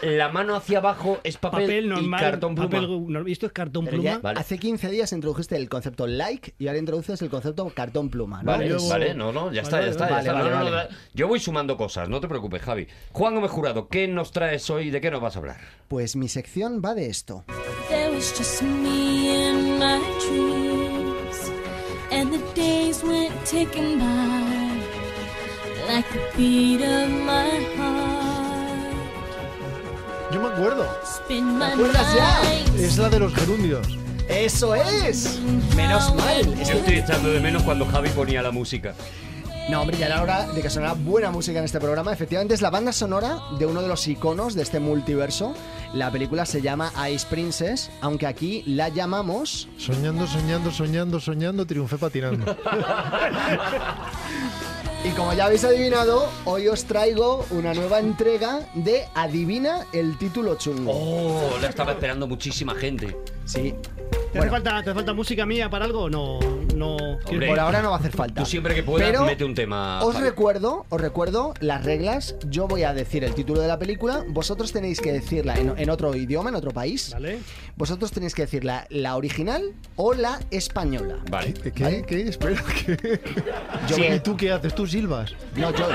S5: la mano hacia abajo es papel,
S6: Papel normal.
S5: y cartón pluma.
S6: papel normal. esto es cartón
S7: Pero
S6: pluma.
S7: ya
S5: Vale.
S7: hace 15 días introdujiste el concepto like y ahora introduces el concepto cartón pluma. ¿no? Pues,
S5: Vale,
S7: Es-
S5: vale, no, no, ya está, ya
S7: Vale,
S5: está. ya
S7: vale,
S5: está. No,
S7: vale,
S5: no, no,
S7: vale.
S5: yo voy sumando cosas, no te preocupes, Javi. Juan Gómez Jurado, ¿qué nos traes hoy? ¿De qué nos vas a hablar?
S7: Pues mi sección va de esto.
S10: There was just me and my dreams, and the days went ticking by like the beat of my heart.
S4: Yo me acuerdo.
S10: Spin my
S7: acuerdas ya?
S4: Es la de los gerundios.
S7: ¡Eso es! Menos mal.
S5: Yo estoy echando de menos cuando Javi ponía la música.
S7: No, hombre, ya era hora de que sonara buena música en este programa. Efectivamente, es la banda sonora de uno de los iconos de este multiverso. La película se llama Ice Princess, aunque aquí la llamamos.
S4: Soñando, soñando, soñando, soñando, triunfé patinando.
S7: Y como ya habéis adivinado, hoy os traigo una nueva entrega de Adivina el título chungo.
S5: Oh, la estaba esperando muchísima gente.
S7: Sí.
S6: ¿Te,
S7: Bueno.
S6: hace falta, ¿Te hace falta música mía para algo? No, no.
S5: Hombre.
S7: Por ahora no va a hacer falta.
S5: Tú siempre que puedas,
S7: Pero
S5: mete un tema.
S7: Os
S5: Javi.
S7: recuerdo, os recuerdo las reglas. Yo voy a decir el título de la película. Vosotros tenéis que decirla en, en otro idioma, en otro país.
S6: ¿Vale?
S7: Vosotros tenéis que decir la, la original o la española.
S5: Vale.
S4: ¿Qué? ¿Qué? ¿Qué? Espera, ¿qué?
S7: Yo
S5: Sí.
S4: ¿Y tú qué haces? ¿Tú silbas?
S7: No, yo.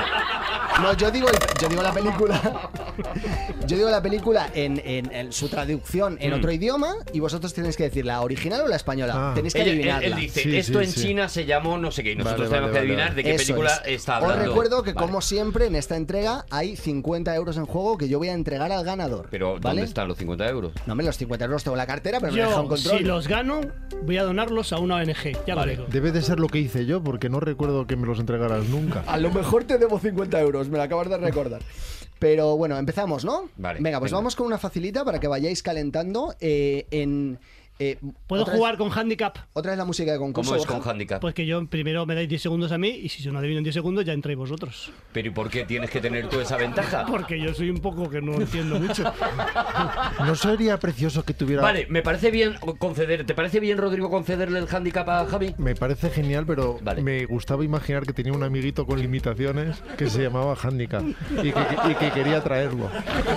S7: No, yo digo, el- yo digo la película. Yo digo la película en, en- en su traducción
S5: Mm.
S7: en otro idioma y vosotros tenéis que decir la original o la española.
S4: Ah.
S7: Tenéis que
S5: Él, él- él
S7: adivinarla.
S5: dice,
S4: Sí,
S5: esto
S4: sí,
S5: en
S4: sí.
S5: China se llamó no sé qué, y nosotros
S4: Vale,
S5: tenemos
S4: vale,
S5: que adivinar
S4: vale.
S5: de qué
S7: Eso
S5: película
S7: es.
S5: está hablando.
S7: Os recuerdo que,
S5: Vale.
S7: como siempre, en esta entrega hay 50 euros en juego que yo voy a entregar al ganador.
S5: Pero, ¿dónde
S7: ¿vale? Pues
S5: están los 50 euros?
S7: No, me los 50 euros tengo en la cartera, pero me deja un
S6: Yo,
S7: control.
S6: si los gano, voy a donarlos a una ONG. Ya lo digo.
S4: Debe de ser lo que hice yo, porque no recuerdo que me los entregaras nunca.
S7: A lo mejor te debo 50 euros, me lo acabas de recordar. Pero bueno, empezamos, ¿no?
S5: Vale,
S7: Venga, pues
S5: venga.
S7: vamos con una facilita para que vayáis calentando. eh, en, eh,
S6: ¿Puedo
S7: otra vez-
S6: jugar con handicap?
S7: otra es la música de concurso.
S5: ¿Cómo es
S7: Borja.
S5: con handicap?
S6: Pues que yo primero me dais 10 segundos a mí y si yo no adivino en 10 segundos ya entréis vosotros.
S5: Pero ¿y por qué tienes que tener tú esa ventaja?
S6: Porque yo soy un poco que no entiendo mucho.
S4: ¿No sería precioso que tuviera...
S5: Vale, me parece bien conceder, ¿te parece bien, Rodrigo, concederle el handicap a Javi?
S4: Me parece genial, pero
S5: Vale.
S4: me gustaba imaginar que tenía un amiguito con limitaciones que se llamaba Handicap y que, y que quería traerlo.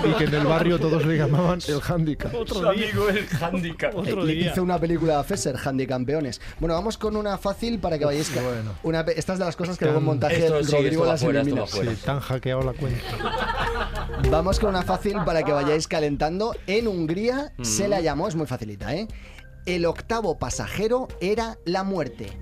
S4: Y que en el barrio todos le llamaban el Handicap.
S6: Otro día.
S5: el handicap.
S6: Otro
S7: Eh,
S6: día.
S7: Hizo una película a Fesser, Handicampeones. Bueno, vamos con una fácil para que vayáis. ca-
S4: bueno.
S7: una pe- estas de las cosas que luego en montaje
S5: Esto sí, esto
S7: Rodrigo
S5: va
S7: las
S5: fuera, esto
S7: elimina.
S5: va fuera.
S4: Sí, tan hackeado la cuenta.
S7: Vamos con una fácil para que vayáis calentando. En Hungría se
S5: Mm.
S7: la llamó, es muy facilita, ¿eh? El octavo pasajero era la muerte.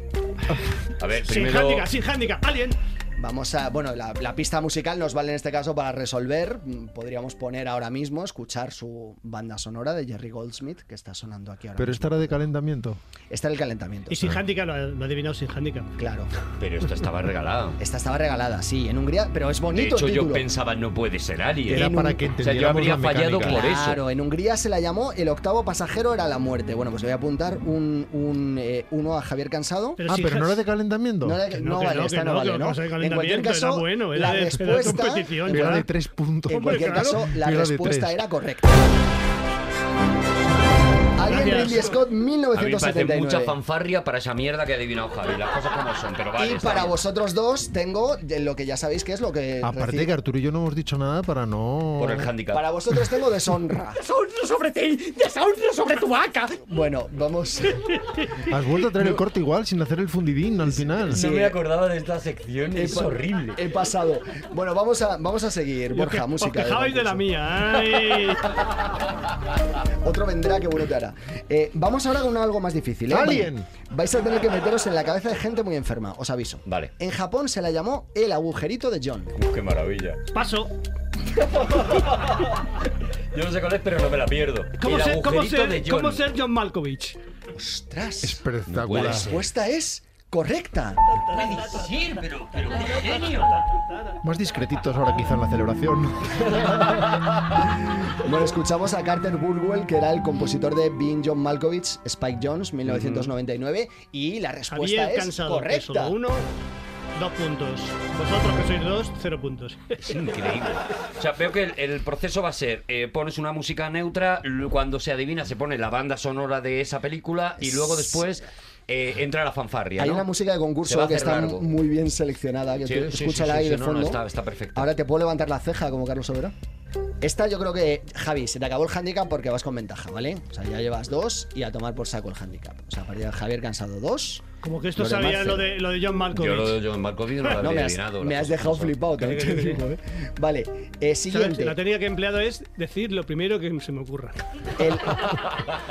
S5: A ver,
S6: Sin
S5: primero...
S6: handicap, sin handicap. Alguien.
S7: Vamos a. Bueno, la, la pista musical nos vale en este caso para resolver. Mm, Podríamos poner ahora mismo, escuchar su banda sonora de Jerry Goldsmith, que está sonando aquí ahora.
S4: Pero
S7: mismo.
S4: esta era de calentamiento.
S7: Está en el calentamiento.
S6: Y sin handicap, lo ha lo ha adivinado sin handicap.
S7: Claro.
S5: Pero esto estaba regalado.
S7: Esta estaba regalada, sí, en Hungría, pero es
S5: De
S7: bonito
S5: hecho,
S7: el
S5: yo
S7: título.
S5: pensaba, no puede ser alguien.
S4: Era
S7: En
S4: para
S7: un-
S4: que
S5: O sea, yo
S4: entendiéramos
S5: habría
S4: la
S5: fallado
S4: mecánica. Ah,
S5: por eso.
S7: Claro, en Hungría se la llamó el octavo pasajero era la muerte. Bueno, pues le voy a apuntar un, un, eh, uno a Javier Cansado.
S6: Pero
S4: Ah,
S6: sin
S4: pero
S6: ha-
S4: no era de calentamiento.
S7: No,
S4: Era
S7: la-
S6: que no,
S7: no
S6: que
S7: vale,
S6: no,
S7: esta
S6: que
S7: no,
S6: no, que no,
S7: vale, ¿no?
S6: cosa de
S7: En cualquier
S6: calentamiento,
S7: caso,
S6: era bueno, era
S7: la
S6: de- era de
S7: respuesta,
S6: competición,
S7: en
S6: ¿verdad?
S4: de tres puntos.
S7: en cualquier
S6: claro.
S7: caso, la
S4: Era de
S7: respuesta
S4: tres.
S7: era correcta. Alguien
S6: Gracias.
S7: Ridley Scott
S5: A mí me parece
S7: 1979.
S5: mucha fanfarria para esa mierda que ha adivinado Javi. Las cosas como son, pero vale.
S7: y
S5: está
S7: para
S5: bien.
S7: vosotros dos tengo de lo que ya sabéis que es lo que
S4: Aparte
S7: recibo.
S4: que Arturo y yo no hemos dicho nada para no...
S5: Por el handicap.
S7: Para vosotros tengo deshonra.
S3: Deshonra sobre ti, deshonra sobre tu vaca.
S7: Bueno, vamos.
S4: Has vuelto a traer el corte igual, sin hacer el fundidín al final.
S7: sí.
S5: No me acordaba de esta sección, es
S7: pa-
S5: horrible.
S7: He pasado. Bueno, vamos a, vamos a seguir,
S6: Os
S7: Borja,
S6: que-
S7: música. eh,
S6: Os quejabais de la
S7: concurso.
S6: mía. Ay.
S7: Otro vendrá que bueno te hará. Eh, vamos ahora con algo más difícil. ¿eh?
S4: Alien.
S7: Vale. Vais a tener que meteros en la cabeza de gente muy enferma, os aviso.
S5: Vale.
S7: En Japón se la llamó el agujerito de John.
S5: Qué maravilla.
S6: Paso.
S5: Yo no sé cuál es, pero no me la pierdo.
S6: ¿Cómo
S5: el
S6: ser, cómo,
S5: agujerito
S6: ser,
S5: de John.
S6: ¿Cómo ser John Malkovich?
S7: ¡Ostras!
S5: No
S4: Espectacular.
S5: puede
S7: la
S5: ser.
S7: respuesta es correcta.
S4: Más discretitos ahora quizá en la celebración.
S7: Bueno, escuchamos a Carter Burwell, que era el compositor de Being John Malkovich, Spike Jones, 1999, y la respuesta
S6: Javier
S7: es
S6: Cansado, que es
S7: correcta.
S6: solo uno, dos puntos. Vosotros que sois dos, cero puntos.
S5: Es increíble. O sea, veo que el, el proceso va a ser: eh, pones una música neutra, l- cuando se adivina se pone la banda sonora de esa película y luego después eh, entra la fanfarria.
S7: Hay
S5: ¿no?
S7: una música
S5: Se
S7: de
S5: va a
S7: concurso que
S5: hacer
S7: está
S5: largo.
S7: muy bien seleccionada, que
S5: Sí,
S7: tú
S5: sí, sí,
S7: escúchala
S5: sí,
S7: ahí
S5: sí,
S7: de
S5: no, no,
S7: fondo.
S5: está- está perfecta.
S7: Ahora te puedo levantar la ceja como Carlos Sobera. Esta yo creo que, Javi, se te acabó el handicap porque vas con ventaja, ¿vale? O sea, ya llevas dos y a tomar por saco el handicap. O sea, partida de Javier cansado dos.
S6: Como que esto
S7: Los demás
S6: sabía lo
S7: cero.
S6: de, lo de John Malkovich.
S5: Yo lo de John Malkovich no lo habría
S7: No, me has,
S5: adivinado.
S7: me
S5: las
S7: has
S5: cosas
S7: dejado
S5: como son.
S7: flipado, te lo he dicho
S6: Sí, sí, sí.
S7: mismo, ¿eh? Vale, eh,
S6: ¿Sabes?
S7: siguiente.
S6: La técnica que he empleado es decir lo primero que se me ocurra.
S7: El,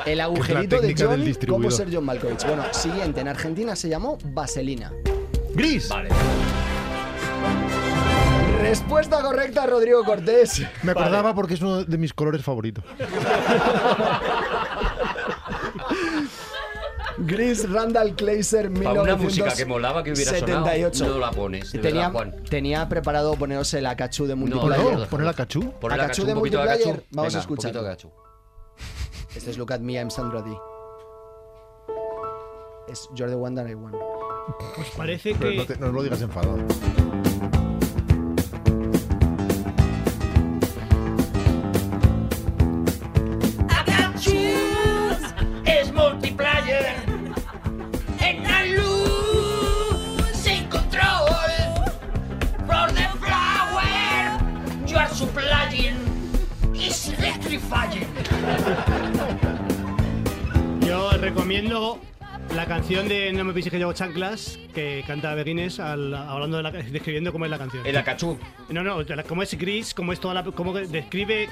S7: el agujerito de
S4: técnica del
S7: John, ¿cómo
S4: distribuidor.
S7: ser John Malkovich? Bueno, siguiente. En Argentina se llamó Vaselina.
S4: ¡Gris!
S5: Vale.
S7: Respuesta correcta, Rodrigo Cortés.
S4: Me acordaba porque es uno de mis colores favoritos.
S7: Gris Randall Kleiser,
S5: Para una música que molaba que hubiera sonado,
S7: 78.
S5: no la pones, de
S7: Tenía,
S5: verdad, Juan.
S7: tenía preparado poneros el Akachu de
S5: No,
S7: multiplayer.
S5: no,
S4: Ponelo, ponelo a Cachú.
S5: Ponle
S7: Acachú
S5: Acachú,
S7: de
S5: un poquito de
S7: multiplayer,
S5: Acachú.
S7: vamos a
S5: Venga, un poquito de Acachú.
S7: Este es Look at Me, I'm Sandra D. Es You're the One That I Want.
S6: Parece
S4: Pero no,
S6: que.
S4: te- no lo digas enfadado.
S3: Es multiplayer. En la luz sin control. For the flower. You are supplying. Is electrifying.
S6: Yo recomiendo la canción de No me pises que llevo chanclas que canta Beguines al, hablando de la, describiendo cómo es la canción.
S5: El Acachú.
S6: No, no, la- cómo es Gris, cómo es toda la, cómo que describe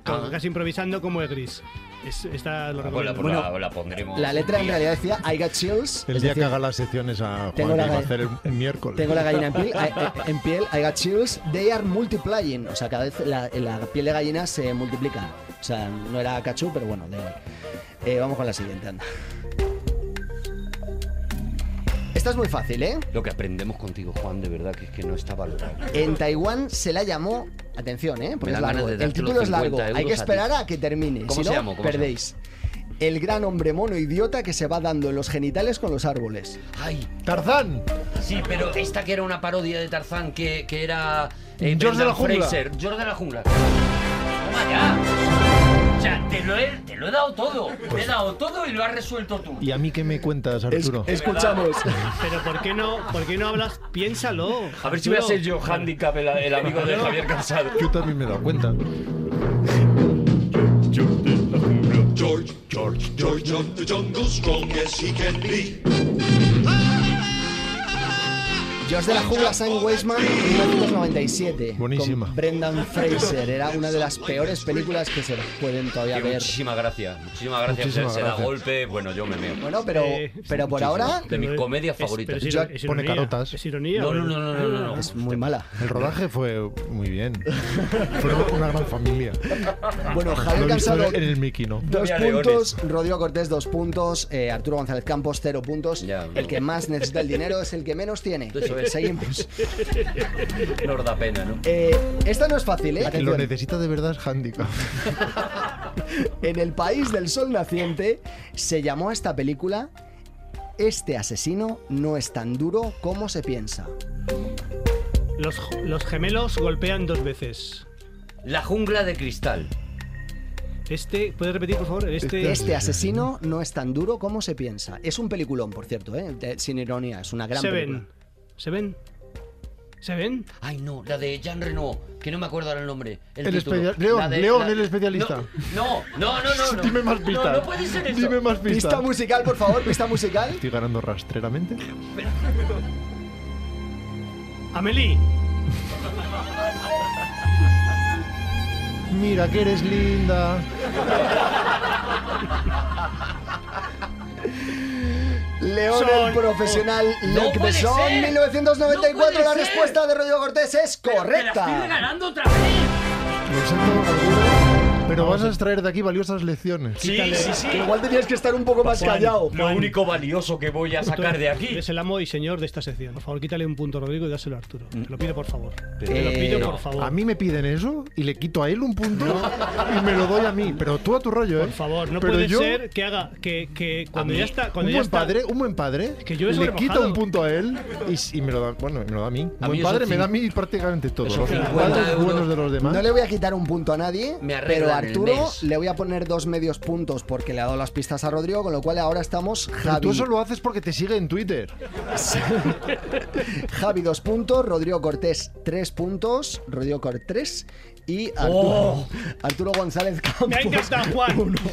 S5: Ah.
S6: como casi improvisando cómo es Gris. Es- esta lo
S5: Pues la,
S6: recomiendo.
S5: pues la- la pondremos.
S7: La letra
S5: un
S7: en
S5: día.
S7: realidad decía I got chills.
S4: El
S7: es
S4: día
S7: decir,
S4: que haga las secciones a
S7: Tengo
S4: Juan,
S7: la
S4: que va a
S7: ga-
S4: hacer el, el miércoles.
S7: Tengo la gallina en piel, I- I- en piel, I got chills, they are multiplying. O sea, cada vez la, la piel de gallina se multiplica. O sea, no era cachú, pero bueno, de igual. Eh, vamos con la siguiente, anda. Esta es muy fácil, ¿eh?
S5: Lo que aprendemos contigo, Juan, de verdad, que es que no está valorado.
S7: En Taiwán se la llamó, atención, ¿eh?
S5: Me
S7: Porque
S5: da
S7: es largo.
S5: ganas de
S7: El
S5: darte
S7: título
S5: los
S7: es largo.
S5: 50
S7: Hay que
S5: euros a ti.
S7: esperar a que termine.
S5: ¿Cómo
S7: si
S5: se
S7: no,
S5: llama? ¿Cómo se
S7: perdéis. El gran hombre mono idiota que se va dando en los genitales con los árboles.
S5: Ay,
S4: ¡Tarzán!
S5: sí, pero esta que era una parodia de Tarzán, que, que era. eh,
S4: George de la
S5: Brendan
S4: jungla.
S5: Fraser, George de la jungla. Toma ya. O sea, te lo he, te lo he dado todo. Te he dado todo y lo has resuelto tú.
S4: ¿Y a mí qué me cuentas, Arturo?
S7: escuchamos.
S6: Pero ¿por qué no, por qué no hablas? Piénsalo.
S5: A ver si voy a
S6: Arturo.
S5: ser yo handicap el, el amigo de Javier Cansado.
S4: Yo también me he dado cuenta.
S9: George, George, George of the jungle, strong as he can be.
S7: George de la Jungla, Sam Weisman, 1997.
S4: Buenísima.
S7: Con Brendan Fraser. Era una de las peores películas que se pueden todavía
S5: Que
S7: ver.
S5: Muchísimas gracias, muchísimas gracias.
S4: Muchísimas
S5: se, se
S4: gracias.
S5: da golpe, bueno, yo me meo.
S7: Bueno, pero,
S6: Eh,
S7: pero por ahora
S5: De mis comedias
S6: Es-
S5: favoritas.
S6: pero es iro- es
S4: Pone
S6: ironía,
S4: carotas.
S6: Es ironía.
S5: No,
S6: ¿o
S5: no,
S6: es-
S5: no, no, no, no, no.
S7: es muy mala.
S4: El rodaje fue muy bien. Fueron una gran familia.
S7: Bueno,
S4: Lo
S7: Javier
S4: he visto
S7: Cansado.
S4: en el Mickey, ¿no?
S7: Dos
S5: Había
S7: puntos, Rodrigo Cortés dos puntos, eh, Arturo González Campos cero puntos.
S5: Ya,
S7: el que más necesita el dinero es el que menos tiene.
S5: Eso es.
S7: Seguimos.
S5: Nos da pena, ¿no?
S7: Eh, esta no es fácil, ¿eh?
S4: El que lo
S7: Atención.
S4: necesita de verdad es handicap.
S7: En el país del sol naciente se llamó a esta película Este asesino no es tan duro como se piensa.
S6: Los, los gemelos golpean dos veces.
S5: La jungla de cristal.
S6: Este, ¿puedes repetir, por favor? Este,
S7: Este asesino no es tan duro como se piensa. Es un peliculón, por cierto, ¿eh? De- sin ironía, es una gran
S6: se
S7: película.
S6: ven. ¿Se ven? ¿Se ven?
S5: Ay, no, la de Jean Reno, que no me acuerdo ahora el nombre. El,
S4: El
S5: título.
S4: especia- León,
S5: La de-
S4: León,
S5: la-
S4: el especialista.
S5: No, no, no, no. no.
S4: Dime más pistas.
S5: No, no puede ser eso.
S4: Dime más pistas.
S7: Pista musical, por favor, pista musical.
S4: Estoy ganando rastreramente.
S6: Amelie,
S4: Mira que eres linda.
S7: León el
S6: Son-
S7: profesional
S5: Oh, No
S7: Luc
S5: puede
S7: Besson,
S5: ser.
S7: 1994.
S5: No
S7: la
S5: puede ser.
S7: respuesta de Rodrigo Cortés es
S5: Pero me la estoy
S7: correcta.
S5: regalando otra vez.
S4: Lo siento, Arturo, pero vas a extraer de aquí valiosas lecciones.
S5: Sí, sí, sí.
S7: Igual tenías que estar un poco más callado.
S5: Lo único valioso que voy a sacar de aquí.
S6: eres el amo y señor de esta sección. Por favor, quítale un punto a Rodrigo y dáselo a Arturo. Te lo pido, por favor. Te lo
S7: Eh,
S6: pido,
S7: no.
S6: por favor.
S4: A mí me piden eso y le quito a él un punto y me lo doy a mí. Pero tú a tu rollo, ¿eh?
S6: Por favor, no
S4: Pero
S6: puede
S4: yo,
S6: ser que haga que, que cuando
S5: mí,
S6: ya está, cuando
S4: Un
S6: ya
S4: buen
S6: está,
S4: padre, un buen padre,
S6: que yo eso
S4: le
S6: lo he
S4: quita
S6: mojado.
S4: un punto a él y, y me lo da, bueno, me lo da a mí. Un
S5: A
S4: buen
S5: mí
S4: padre
S5: esos
S4: me da a
S5: cin-
S4: mí prácticamente todo.
S5: esos
S4: Los
S5: 50
S4: padres
S5: euros
S4: buenos de los demás.
S7: No le voy a quitar un punto a nadie,
S5: ¿Ah? Me arreglan
S7: pero a
S5: en el
S7: Arturo
S5: mes.
S7: le voy a poner dos medios puntos porque le ha dado las pistas a Rodrigo, con lo cual ahora estamos
S4: Pero
S7: Javi.
S4: tú eso lo haces porque te sigue en Twitter.
S7: Javi dos puntos, Rodrigo Cortés tres puntos, Rodrigo Cortés y Arturo,
S5: Oh.
S7: Arturo González Campos.
S6: Me ha encantado, Juan.
S7: uno.
S6: Me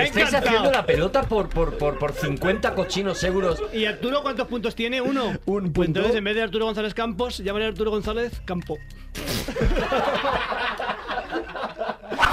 S6: ha
S5: Estáis
S6: encantado.
S5: haciendo la pelota por, por, por, por 50 cochinos seguros.
S6: ¿Y Arturo cuántos puntos tiene? Uno. Pues
S7: Un punto.
S6: entonces, en vez de Arturo González Campos, llámale a Arturo González Campo.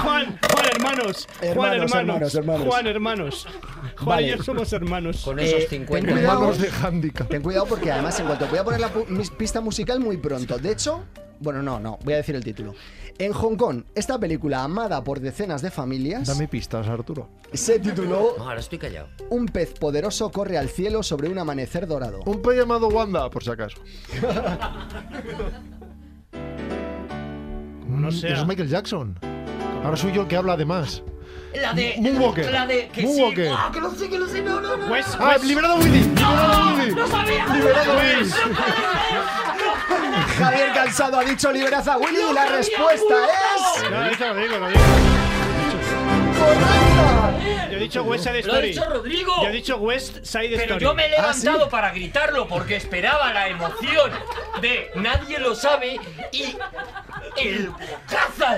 S6: Juan, Juan, hermanos. Juan,
S7: Hermanos,
S6: hermanos.
S7: hermanos, hermanos.
S6: Juan, hermanos. Juan y
S7: Vale.
S6: yo somos hermanos.
S5: Con esos
S7: Eh,
S5: 50.
S7: ten cuidado.
S4: Hermanos de handicap.
S7: Ten cuidado porque además en cuanto voy a poner la pu- mis- pista musical muy pronto. De hecho, bueno, no, no, voy a decir el título. En Hong Kong, esta película amada por decenas de familias
S4: Dame pistas, Arturo.
S7: se tituló
S5: No, ahora estoy callado.
S7: Un pez poderoso corre al cielo sobre un amanecer dorado.
S4: Un pez llamado Wanda, por si acaso.
S6: No
S4: Mm,
S6: sea.
S4: Eso es Michael Jackson. Ahora soy yo el que habla de más.
S5: La de.
S4: Moonwalker.
S5: La de. Que
S4: Moonwalker.
S5: sí. Ah, que lo sé, que lo sé. No, no, no.
S6: Pues,
S4: ¡Ah,
S6: pues,
S4: liberado Willy! ¡Liberado Willy! ¡Liberado Willy!
S7: Javier Cansado ha dicho liberad a Willy y la respuesta es
S6: no, lo he dicho, lo digo, lo digo.
S7: correcta.
S6: Yo he dicho West Side
S5: Lo ha
S6: Story.
S5: dicho Rodrigo.
S6: Yo he dicho West Side
S5: Pero
S6: Story.
S5: yo me he
S7: ¿Ah, sí?
S5: levantado para gritarlo porque esperaba la emoción de nadie lo sabe y el caza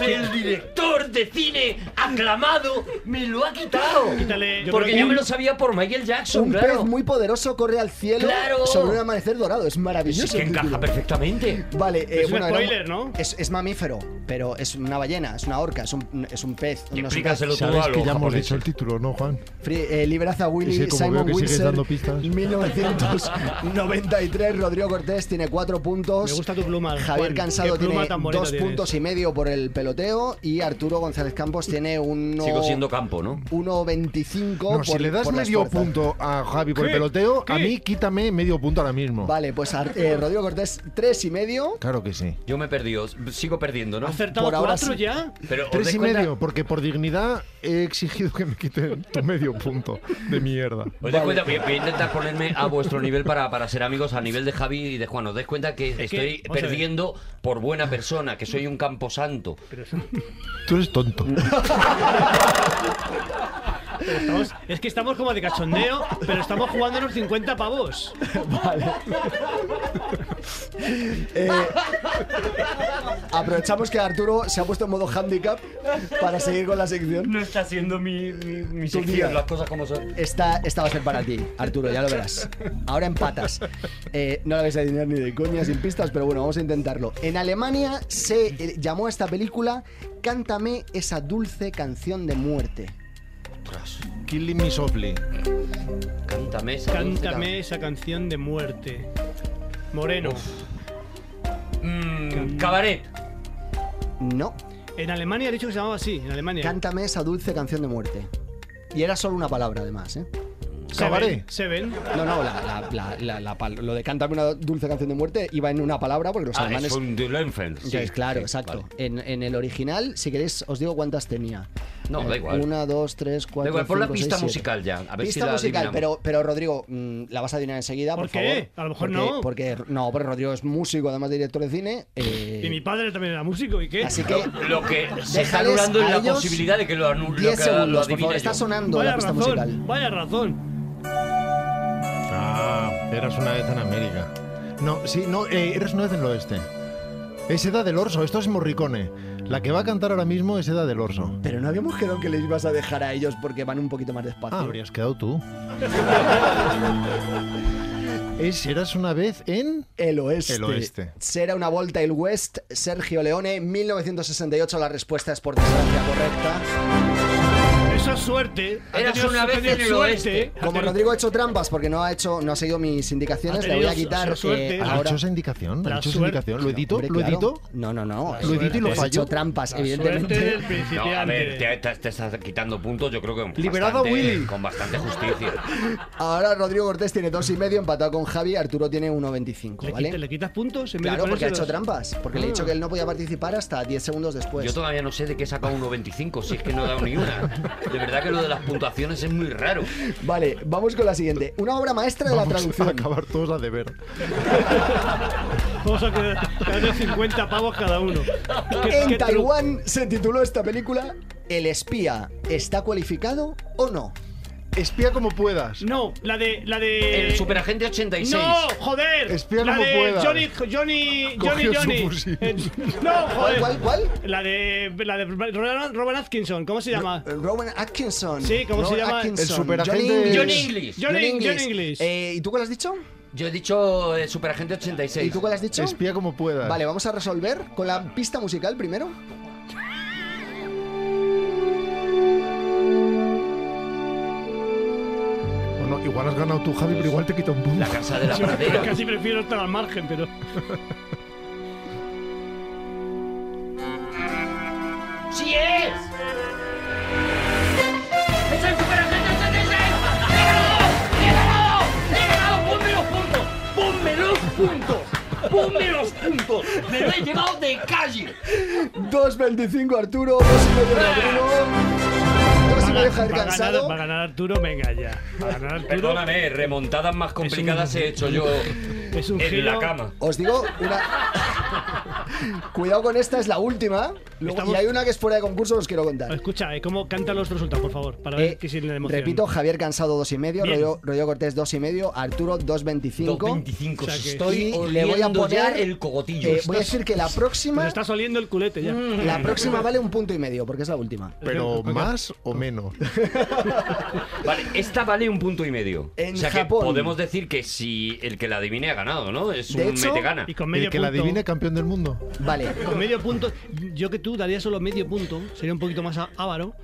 S5: del director de cine aclamado me lo ha quitado.
S6: Quítale. Yo
S5: Porque
S6: creo
S5: yo
S6: que-
S5: me lo sabía por Michael Jackson,
S7: Un
S5: claro.
S7: pez muy poderoso corre al cielo
S5: Claro.
S7: sobre un amanecer dorado. Es maravilloso.
S5: Es que
S7: el
S5: encaja
S7: título.
S5: perfectamente.
S7: Vale, eh,
S6: Es un
S7: bueno, era
S6: spoiler, ¿no?
S7: Es, es mamífero, pero es una ballena, es una orca, es un, es un pez. no es un pez.
S5: Explícaselo tú
S4: Sabes
S5: a los
S4: que ya hemos
S5: japoneses.
S4: dicho el título, ¿no, Juan?
S7: Free- eh, liberad a Willy,
S4: Sí, como veo
S7: Simon
S4: que sigues
S7: Wilson,
S4: dando pistas.
S7: 1993, Rodrigo Cortés tiene cuatro puntos.
S6: Me gusta tu pluma,
S7: Javier
S6: Juan.
S7: Cansado
S6: Qué pluma
S7: tiene
S6: tan bonita
S7: dos
S6: tienes.
S7: puntos y medio por el peloteo y Arturo González Campos tiene uno...
S5: Sigo siendo campo, ¿no?
S7: 1.25
S4: No,
S7: por
S4: si le das
S7: por la
S4: medio
S7: fuerza.
S4: punto a Javi por el
S6: ¿Qué?
S4: peloteo, a
S6: ¿Qué?
S4: mí quítame medio punto ahora mismo.
S7: Vale, pues Ar- eh, Rodrigo Cortés, tres y medio.
S4: Claro que sí.
S5: Yo me he perdido, sigo perdiendo,
S6: ¿Ha
S5: ¿no?
S6: acertado
S7: Por ahora
S6: cuatro
S7: sí.
S6: ya?
S5: Pero ¿os
S4: Tres
S5: dais
S4: y
S5: cuenta?
S4: medio, porque por dignidad he exigido que me quiten tu medio punto de mierda.
S5: Os dais cuenta, voy, voy a intentar ponerme a vuestro nivel para, para ser amigos, a nivel de Javi y de Juan. Os dais cuenta que
S6: que,
S5: estoy
S6: vamos a ver.
S5: perdiendo por buena persona, que soy un camposanto.
S4: Tú eres tonto.
S6: Estamos- es que estamos como de cachondeo, pero estamos jugando los 50 pavos.
S7: Eh, Aprovechamos que Arturo se ha puesto en modo handicap para seguir con la sección.
S5: No está haciendo mi, mi, mi
S7: Tu
S5: sección,
S7: día.
S5: las cosas como son.
S7: Esta, esta va a ser para ti, Arturo, ya lo verás. Ahora en patas. Eh, no la vais a adivinar ni de coña, sin pistas, pero bueno, vamos a intentarlo. En Alemania se eh, llamó a esta película Cántame esa dulce canción de muerte.
S4: Killing me softly.
S5: Cántame esa dulce
S6: Cántame esa canción de muerte. Moreno.
S5: can- Mm, cabaret.
S7: No,
S6: En Alemania ha dicho que se llamaba así, en Alemania.
S7: Cántame esa dulce canción de muerte. Y era solo una palabra, además, ¿eh?
S4: Cabaret.
S6: Se ven.
S7: No, no, la, la- la- la- la pal- lo de Cántame una dulce canción de muerte iba en una palabra porque los
S5: Ah,
S7: alemanes...
S5: es un Dillenfeld.
S7: Ya es claro, exacto.
S5: vale.
S7: En, en el original, si queréis, os digo cuántas tenía.
S5: No,
S7: Eh,
S5: da igual.
S7: Una, dos, tres, cuatro.
S5: Da igual, pon la
S7: cinco,
S5: pista
S7: seis, siete.
S5: musical ya, a ver
S7: pista
S5: si la
S7: musical,
S5: adivinamos.
S7: pero, pero Rodrigo, mm, la vas a adivinar enseguida, por,
S6: ¿Por qué?
S7: favor.
S6: A lo mejor
S7: Porque-
S6: no.
S7: Porque, no, porque Rodrigo es músico, además de director de cine. eh,
S6: Y mi padre también era músico, ¿y qué?
S7: Así que.
S5: Lo que se está
S7: Déjales
S5: anulando es
S7: a
S5: la
S7: ellos
S5: posibilidad de que lo anule.
S7: 10 segundos,
S5: lo
S7: por favor.
S5: adivine
S7: Está
S5: yo.
S7: sonando
S6: vaya
S7: la pista
S6: razón,
S7: musical.
S6: vaya razón.
S4: Ah, eras una vez en América. No, sí, no, eh, eres una vez en el oeste. Es Edad del Orso, esto es Morricone. La que va a cantar ahora mismo es Edad del Orso.
S7: Pero no habíamos quedado que les ibas a dejar a ellos porque van un poquito más despacio.
S4: Ah, habrías quedado tú. es Eras una vez en.
S7: El oeste.
S4: El oeste.
S7: Será una vuelta el West, Sergio Leone, 1968. La respuesta es por desgracia correcta.
S6: Eso es suerte. Ha
S5: Eras
S6: tenido-
S5: una
S6: ha
S5: vez
S6: tenido
S5: en el
S6: suerte.
S5: oeste.
S6: Ha
S7: Como
S6: tenido-
S7: Rodrigo ha hecho trampas porque no ha hecho, no ha seguido mis indicaciones,
S6: Ha
S7: le voy a
S6: tenido
S7: quitar
S6: su- su suerte.
S7: eh,
S4: ¿Has
S7: ahora.
S4: hecho esa indicación? ¿Has
S6: La
S4: hecho esa
S6: suerte.
S4: indicación? ¿Lo edito?
S7: Hombre,
S4: ¿Lo
S7: claro.
S4: edito?
S7: No, no, no.
S4: Lo edito y lo
S7: Has
S4: fallo.
S7: hecho trampas,
S6: Suerte del
S7: evidentemente.
S5: No, a ver,
S6: principiante.
S5: te, te- te estás quitando puntos, yo creo que con
S4: Liberado
S5: bastante,
S4: Willy.
S5: con bastante justicia.
S7: Ahora Rodrigo Cortés tiene dos y medio empatado con Javi, Arturo tiene 1.25,
S6: ¿Le, quita-
S7: ¿vale?
S6: le quitas puntos? en vez de
S7: Claro, porque ha
S6: ponérselos?
S7: hecho trampas. Porque le he
S4: Ah.
S7: dicho que él no podía participar hasta 10 segundos después.
S5: Yo todavía no sé de qué he sacado 1.25, si es que no he dado ni una. De verdad que lo de las puntuaciones es muy raro.
S7: Vale, vamos con la siguiente. Una obra maestra de la traducción.
S4: a acabar todos la de ver.
S6: Vamos a quedar 50 pavos cada uno. ¿Qué- qué
S7: En
S6: tru-
S7: Taiwán se tituló esta película El espía. ¿Está cualificado o no?
S4: Espía como puedas.
S6: No, la de. La de...
S7: Eh,
S5: El superagente 86.
S6: ¡No! ¡Joder!
S4: Espía
S6: la
S4: como
S6: de
S4: puedas.
S6: Johnny, Johnny, Johnny,
S4: Cogió su
S6: Johnny.
S4: fusil.
S6: Eh, no, joder.
S7: ¿Cuál, cuál?
S6: La de. La de Rowan Rowan Atkinson, ¿cómo se llama?
S7: Rowan Atkinson.
S6: Sí, ¿cómo se
S7: Rowan
S6: llama?
S7: Atkinson.
S4: El superagente-
S5: Johnny English.
S6: Johnny- Johnny English.
S7: Eh, ¿Y tú cuál has dicho?
S5: Yo he dicho eh, superagente
S7: ¿Y
S5: 86.
S7: tú cuál has dicho?
S4: Espía como puedas.
S7: Vale, vamos a resolver con la pista musical primero.
S4: Bueno, igual has ganado tú, Javi, pero igual te quita un punto.
S5: La casa de la
S6: Yo
S5: pradera.
S6: casi prefiero estar al margen, pero.
S3: ¡Sí es! ¡Es el superagente
S9: ¿eh?
S3: 86! ¡He ganado! ¡He ganado! ¡He ganado! ¡Ponme los puntos! ¡Ponme los puntos! ¡Ponme los puntos! ¡Me lo he llevado de calle!
S7: 2.25 Arturo, 2.5 Rodrigo. 2.5 Javier
S6: va, a
S7: Cansado.
S6: ganar, va a ganar Arturo, venga ya. Va a ganar Arturo.
S5: Perdóname, remontadas más complicadas he hecho yo
S6: Es un
S5: en la
S6: giro.
S5: cama.
S7: Os digo una. Cuidado con esta, es la última. Luego-
S6: Estamos-
S7: Y hay una que es fuera de concurso, os quiero contar.
S6: Escucha, eh, ¿cómo canta los resultados, por favor? Para ver
S7: Eh,
S6: que si le emoción.
S7: repito, Javier Cansado dos y medio,
S6: Bien.
S7: Rodrigo, Rodrigo Cortés dos y medio, Arturo 2.25.
S5: 225.
S6: O sea que-
S5: Estoy
S7: Y le voy a
S5: oliendo ya
S7: poner
S5: el cogotillo.
S7: Eh, voy a decir que la
S6: Nos
S7: próxima,
S6: está oliendo el culete ya.
S7: la próxima vale un punto y medio, porque es la última.
S4: Pero más o menos.
S5: Vale, esta vale un punto y medio.
S7: En
S5: o sea
S7: Japón.
S5: que podemos decir que si el que la adivine ha ganado, ¿no? Es
S7: De
S5: un
S7: hecho,
S5: mete gana.
S6: Y con medio
S4: El que la
S6: punto-
S4: adivine campeón del mundo.
S7: Vale.
S6: Con medio punto, yo que tú daría solo medio punto, sería un poquito más á- avaro.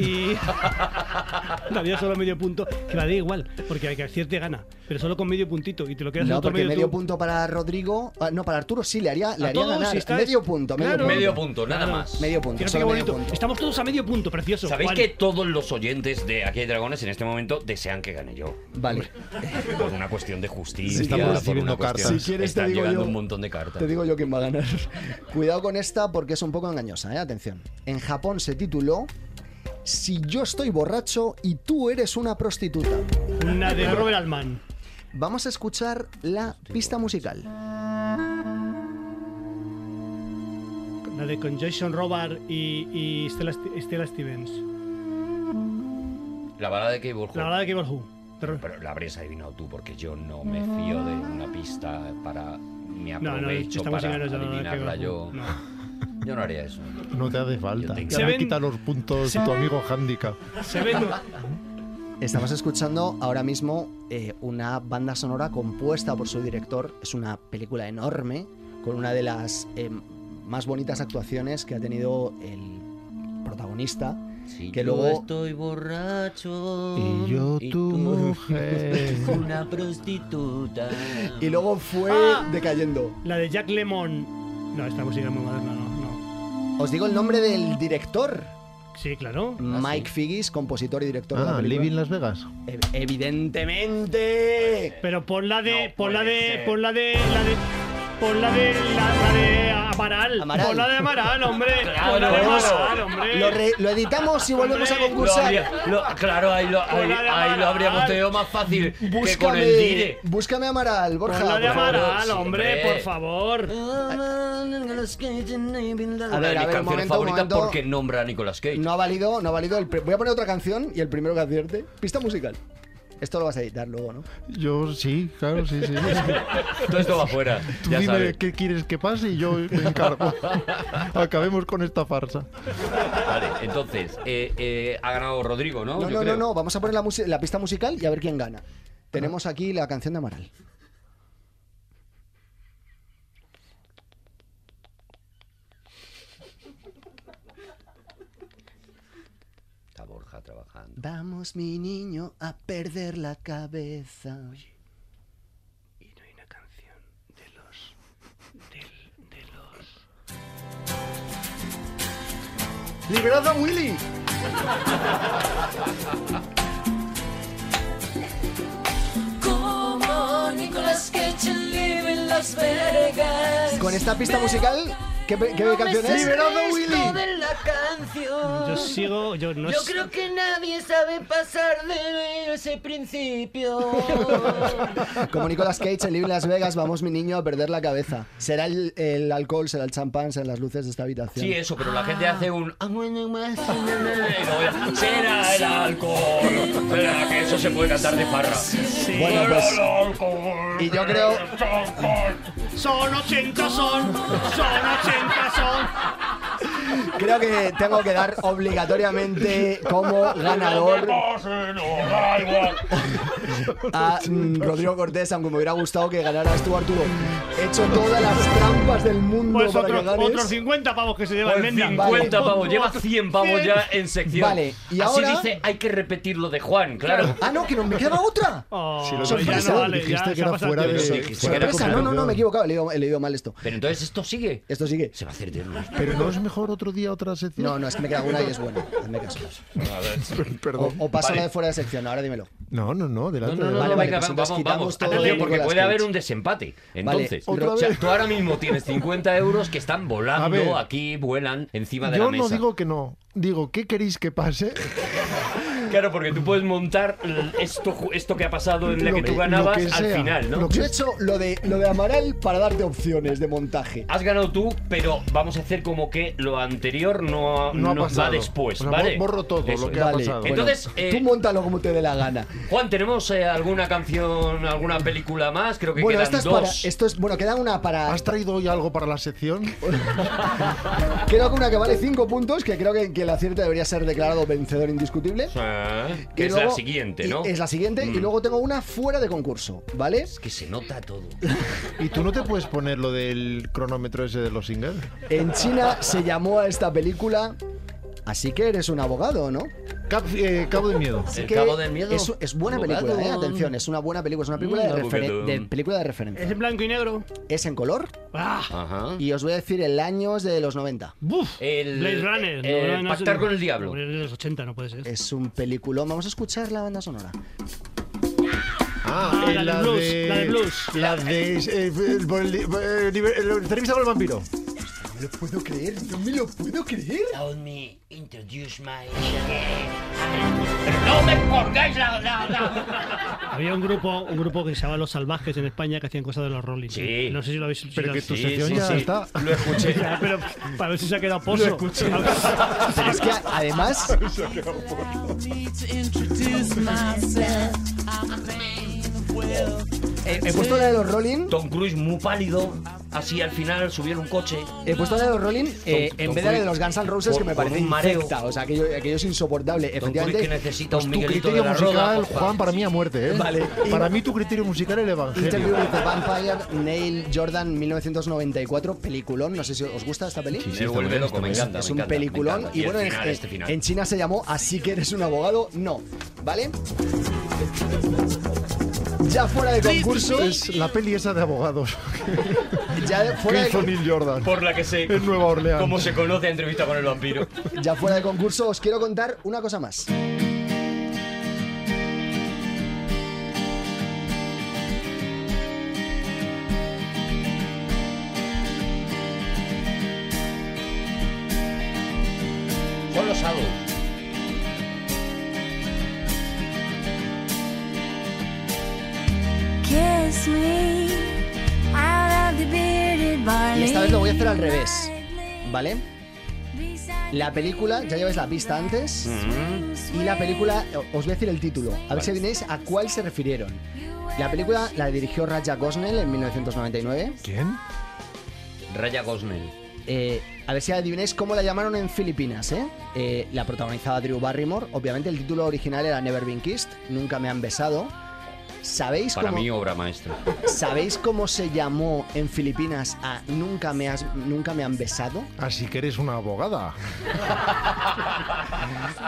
S6: Y daría solo medio punto, que daría igual, porque hay que acierte gana, pero solo con medio puntito y te lo quedas en
S7: No,
S6: otro
S7: porque
S6: medio,
S7: medio
S6: tú.
S7: punto para Rodrigo. ah, No, para Arturo sí, le haría, le
S6: A
S7: haría
S6: todos,
S7: ganar.
S6: si estás-
S7: Medio punto, medio
S6: Claro.
S7: punto.
S5: Medio punto, nada más.
S7: Medio punto,
S6: Fíjate qué
S7: solo medio
S6: bonito.
S7: punto.
S6: Estamos todos a medio punto, precioso.
S5: ¿Sabéis
S6: Juan,
S5: que todos los oyentes de Aquí hay Dragones en este momento desean que gane yo?
S7: Vale.
S5: Por una cuestión de justicia.
S4: Estamos
S5: por
S4: recibiendo
S5: una cuestión-
S4: cartas.
S7: Si quieres te
S5: Están
S7: digo
S5: llegando
S7: yo-
S5: un montón de cartas.
S7: Te digo yo quién va a ganar. Cuidado con esta porque es un poco engañosa, ¿eh? Atención. En Japón se tituló Si yo estoy borracho y tú eres una prostituta.
S6: Una de Robert Altman.
S7: Vamos a escuchar la pista musical.
S6: La de con Jason Robert y, y Stella, St- Stella Stevens.
S5: La balada de Cable
S6: La verdad que Evil Who. Pero-
S5: Pero la habrías adivinado tú, porque yo no me fío de una pista para. Me
S6: No, no,
S5: aprovecho
S6: estamos
S5: para
S6: engañados. la verdad que
S5: adivinarla
S6: Evil Who.
S5: yo.
S6: No.
S5: Yo no haría eso.
S4: No te hace falta.
S5: Yo tengo-
S4: Te
S6: Se
S4: han
S6: ven-
S4: quitado los puntos tu amigo Handicap.
S6: Se ven-
S7: Estamos escuchando ahora mismo eh, una banda sonora compuesta por su director. Es una película enorme con una de las eh, más bonitas actuaciones que ha tenido el protagonista.
S5: Si
S7: Que
S5: yo
S7: luego-
S5: estoy borracho.
S4: Y yo tu
S5: tú
S4: mujer.
S5: eres Una prostituta.
S7: Y luego fue
S6: Ah.
S7: decayendo.
S6: La de Jack Lemon. No, esta música es muy moderna, no, no.
S7: Os digo el nombre del director.
S6: Ah, Sí, claro.
S7: Mike Figgis, compositor y director de la
S4: Ah,
S7: película.
S4: Living Las Vegas.
S7: Ev- evidentemente.
S6: Pero pon la de.
S5: No
S6: pon la
S5: puede
S6: de.
S5: ser.
S6: Pon la de. La de. Pon la de. La, la de Amaral.
S7: Amaral.
S6: Pon la de Amaral, hombre.
S5: Claro,
S6: pon la de
S5: claro.
S6: Amaral, hombre.
S7: Lo, re- lo editamos y volvemos a
S5: Lo
S6: Hombre,
S7: concursar.
S5: habría- lo- claro, ahí lo, ahí,
S6: Hola, de
S5: ahí lo habríamos
S6: Amaral.
S5: tenido más fácil que con el
S7: Búscame,
S5: dire.
S7: búscame a Amaral, Borja.
S6: pon la de
S7: por favor.
S6: Amaral,
S5: sí,
S6: hombre,
S5: hombre.
S6: por favor.
S5: Una
S7: ver,
S5: de
S7: a
S5: mis
S7: ver, un
S5: canciones
S7: momento, un
S5: favoritas
S7: momento.
S5: porque nombra a Nicolas Cage.
S7: No ha valido, no ha valido. el pri- Voy a poner otra canción y el primero que acierte. Pista musical. Esto lo vas a editar luego, ¿no?
S4: Yo sí, claro, sí, sí.
S5: Todo esto va afuera.
S4: Tú
S5: ya
S4: dime
S5: sabes.
S4: qué quieres que pase y yo me encargo. Acabemos con esta farsa.
S5: Vale, entonces, eh, eh, ha ganado Rodrigo, ¿no?
S7: No,
S5: Yo
S7: no, no,
S5: creo.
S7: no. Vamos a poner la, musi- la pista musical y a ver quién gana. Tenemos aquí la canción de Amaral.
S5: Está Borja trabajando.
S7: Vamos, mi niño, a perder la cabeza.
S6: Y no hay una canción de los. del- de los.
S7: ¡Liberad a Willy!
S10: Como Nicolas Cage live en Las Vegas.
S7: Con esta pista musical ¿Qué, pe- qué canción es?
S11: la canción.
S6: Yo sigo, yo no
S11: Yo
S6: sé-
S11: creo que nadie sabe pasar de ese principio.
S7: Como Nicolas Cage en Libre Las Vegas, vamos mi niño a perder la cabeza. Será el, el alcohol, será el champán, serán las luces de esta habitación.
S5: Sí, eso, pero la gente hace un.
S11: Ah, bueno, más.
S5: Será el alcohol. Será que eso se puede cantar de farra.
S7: Bueno, pues- Y yo creo...
S6: Son 80 son, son 80 son.
S7: Creo que tengo que dar obligatoriamente como ganador a mm, Rodrigo Cortés, aunque me hubiera gustado que ganaras tú, Arturo. He hecho todas las trampas del mundo
S6: Pues
S7: para
S6: otros
S7: que ganes.
S6: otros 50 pavos que se lleva
S5: Pues
S6: el Mendy.
S5: 50
S6: Vale.
S5: pavos, lleva 100 pavos ya en sección.
S7: Vale, y
S5: Así
S7: ahora-
S5: dice, hay que repetir lo de Juan, claro.
S7: Ah, no, que no, me quedaba otra.
S6: Oh,
S4: Si lo
S6: ya
S7: dijiste,
S6: no vale,
S4: Ah, dijiste
S6: ya
S4: que
S6: se ha
S4: era
S6: pasado
S4: fuera
S6: el
S4: de-
S6: tiempo.
S5: Sí, sí, sí,
S4: fuera de
S5: era
S7: Sorpresa, no, no, no, me
S4: conversación.
S7: he equivocado, he leído, he leído mal esto.
S5: Pero entonces esto sigue.
S7: Esto sigue.
S5: Se va a hacer eterno.
S4: Pero no es mejor otro día otra sección.
S7: No, no, es que me queda una y es buena. Hazme caso. O,
S4: Perdón.
S7: o pasa la de fuera de sección, ahora dímelo.
S4: No, no, no,
S5: No,
S4: delante.
S5: no, no,
S4: delante.
S5: no,
S7: vale,
S5: venga,
S7: pues entonces
S5: vamos,
S7: quitamos
S5: vamos.
S7: todo
S5: Ándale,
S7: de
S5: porque
S7: Nicolas
S5: puede haber
S7: Cage.
S5: un desempate.
S7: Vale,
S5: Entonces,
S7: otra
S5: o sea,
S4: vez.
S5: tú ahora mismo tienes 50 euros que están
S4: A ver.
S5: volando aquí, vuelan encima de
S4: Yo
S5: la mesa.
S4: no digo que no. Digo, ¿qué queréis que pase?
S5: Claro, porque tú puedes montar l- esto, ju- esto que ha pasado en la
S4: Lo
S5: que
S4: que-
S5: tú
S4: lo
S5: ganabas
S4: que
S5: al
S4: sea.
S5: final, ¿no?
S4: Lo
S7: Yo he hecho lo de, lo de Amaral para darte opciones de montaje.
S5: Has ganado tú, pero vamos a hacer como que lo anterior no,
S4: No ha
S5: nos va
S4: pasado.
S5: después,
S4: O sea,
S5: ¿vale?
S4: bo- borro todo lo
S5: Eso
S4: que
S5: es.
S4: ha
S7: Vale,
S4: pasado.
S7: bueno,
S5: Entonces, eh,
S7: tú montalo como te dé la gana.
S5: Juan, ¿tenemos eh, alguna canción, alguna película más? Creo que
S7: Bueno,
S5: quedan
S7: esta es
S5: dos.
S7: para, esto es, bueno, queda una para.
S4: ¿Has traído hoy algo para la sección?
S7: Creo que una que vale 5 puntos, que creo que, que el acierto debería ser declarado vencedor indiscutible.
S5: Ah,
S7: Y
S5: que es la
S7: luego-
S5: siguiente,
S7: y-
S5: ¿no? Mm.
S7: Es la siguiente, y luego tengo una fuera de concurso, ¿vale?
S5: Que se nota todo.
S4: ¿Y tú no te puedes poner lo del cronómetro ese de los singles?
S7: En China se llamó a esta película. Así que eres un abogado, ¿no?
S4: Cap- eh, cabo de miedo.
S7: Así
S5: El
S7: que
S5: Cabo del Miedo.
S7: Es, es buena
S5: Abogado.
S7: película, ¿eh? Atención, es una buena película, es una película,
S5: Mm,
S7: de, referen-
S5: abogado.
S7: de película de
S6: Es
S7: referencia.
S6: en blanco y negro.
S7: Es en color
S6: Ah,
S5: Ajá.
S7: y os voy a decir el año es de los 90.
S6: buf.
S5: El-
S6: Blade Runner.
S5: el pactar con el diablo.
S6: Es de los 80, no puede ser.
S7: Es un peliculón. Vamos a escuchar la banda sonora.
S4: Ah,
S6: Ah,
S4: eh,
S6: la de blues, la de blues.
S4: La de. eh, eh, por el- eh, liber- el entrevista con el vampiro.
S7: No lo puedo creer, no me lo puedo creer.
S11: Let me introduce myself. Pero no me colgáis la. la, la.
S6: Había un grupo, un grupo que se llamaba Los Salvajes en España que hacían cosas de los Rolling.
S5: Sí.
S6: No sé si lo habéis si
S4: Pero
S6: lo-
S4: que tu
S5: sí,
S4: sección
S5: sí,
S4: ya
S5: sí.
S4: está.
S5: Lo escuché.
S6: Ya, pero para ver si se ha quedado pozo.
S7: Pero es que además he, he puesto la de los Rolling.
S5: Tom Cruise muy pálido, así al final subieron un coche.
S7: He puesto la de los Rolling eh,
S5: Tom-
S7: en
S5: Tom
S7: vez de la de
S5: Cruise.
S7: los Guns N' Roses
S5: Por-
S7: que me
S5: por
S7: parece
S5: un mareo.
S7: infecta, o sea, aquello, aquello es insoportable.
S5: Tom Cruise que
S7: Efectivamente, pues
S5: necesita un
S4: Tu
S5: Miguelito de
S4: criterio
S5: la
S4: musical,
S5: Roca.
S4: Juan, para mí a muerte, ¿eh?
S7: Vale.
S4: Para mí tu criterio musical el
S7: Interview
S4: evangelio.
S7: with the Vampire, Neil Jordan, 1994, peliculón. No sé si os gusta esta peli.
S5: Me vuelve loco, me encanta.
S7: es
S5: me
S7: un
S5: encanta, me
S7: peliculón.
S5: encanta.
S7: Y, bueno,
S5: el
S7: en-
S5: final,
S7: en,
S5: este final.
S7: en China se llamó Así que eres un abogado, no. ¿Vale? Ya fuera de concurso,
S4: Es la peli esa de abogados
S7: ya de-
S4: que
S7: fuera de,
S4: hizo Neil Jordan
S5: Por la que se.
S4: en Nueva Orleans.
S5: Como se conoce la entrevista con el vampiro.
S7: ya fuera de concurso, os quiero contar una cosa más.
S5: Son los hados.
S10: Kiss me out of the bearded barley.
S7: Y esta vez lo voy a hacer al revés, ¿vale? La película, ya lleváis la pista antes. Y la película, o- os voy a decir el título, a ver si adivináis a cuál se refirieron. La película la dirigió Raja Gosnell en 1999.
S4: ¿Quién?
S5: Raya Gosnell.
S7: Eh, a ver si adivináis cómo la llamaron en Filipinas, ¿eh? Eh, La protagonizaba Drew Barrymore. Obviamente el título original era Never Been Kissed, Nunca me han besado. ¿Sabéis
S5: Para
S7: cómo,
S5: mí, oh. obra maestra.
S7: ¿Sabéis cómo se llamó en Filipinas a Nunca me, has, nunca me han besado?
S4: Así que eres una abogada.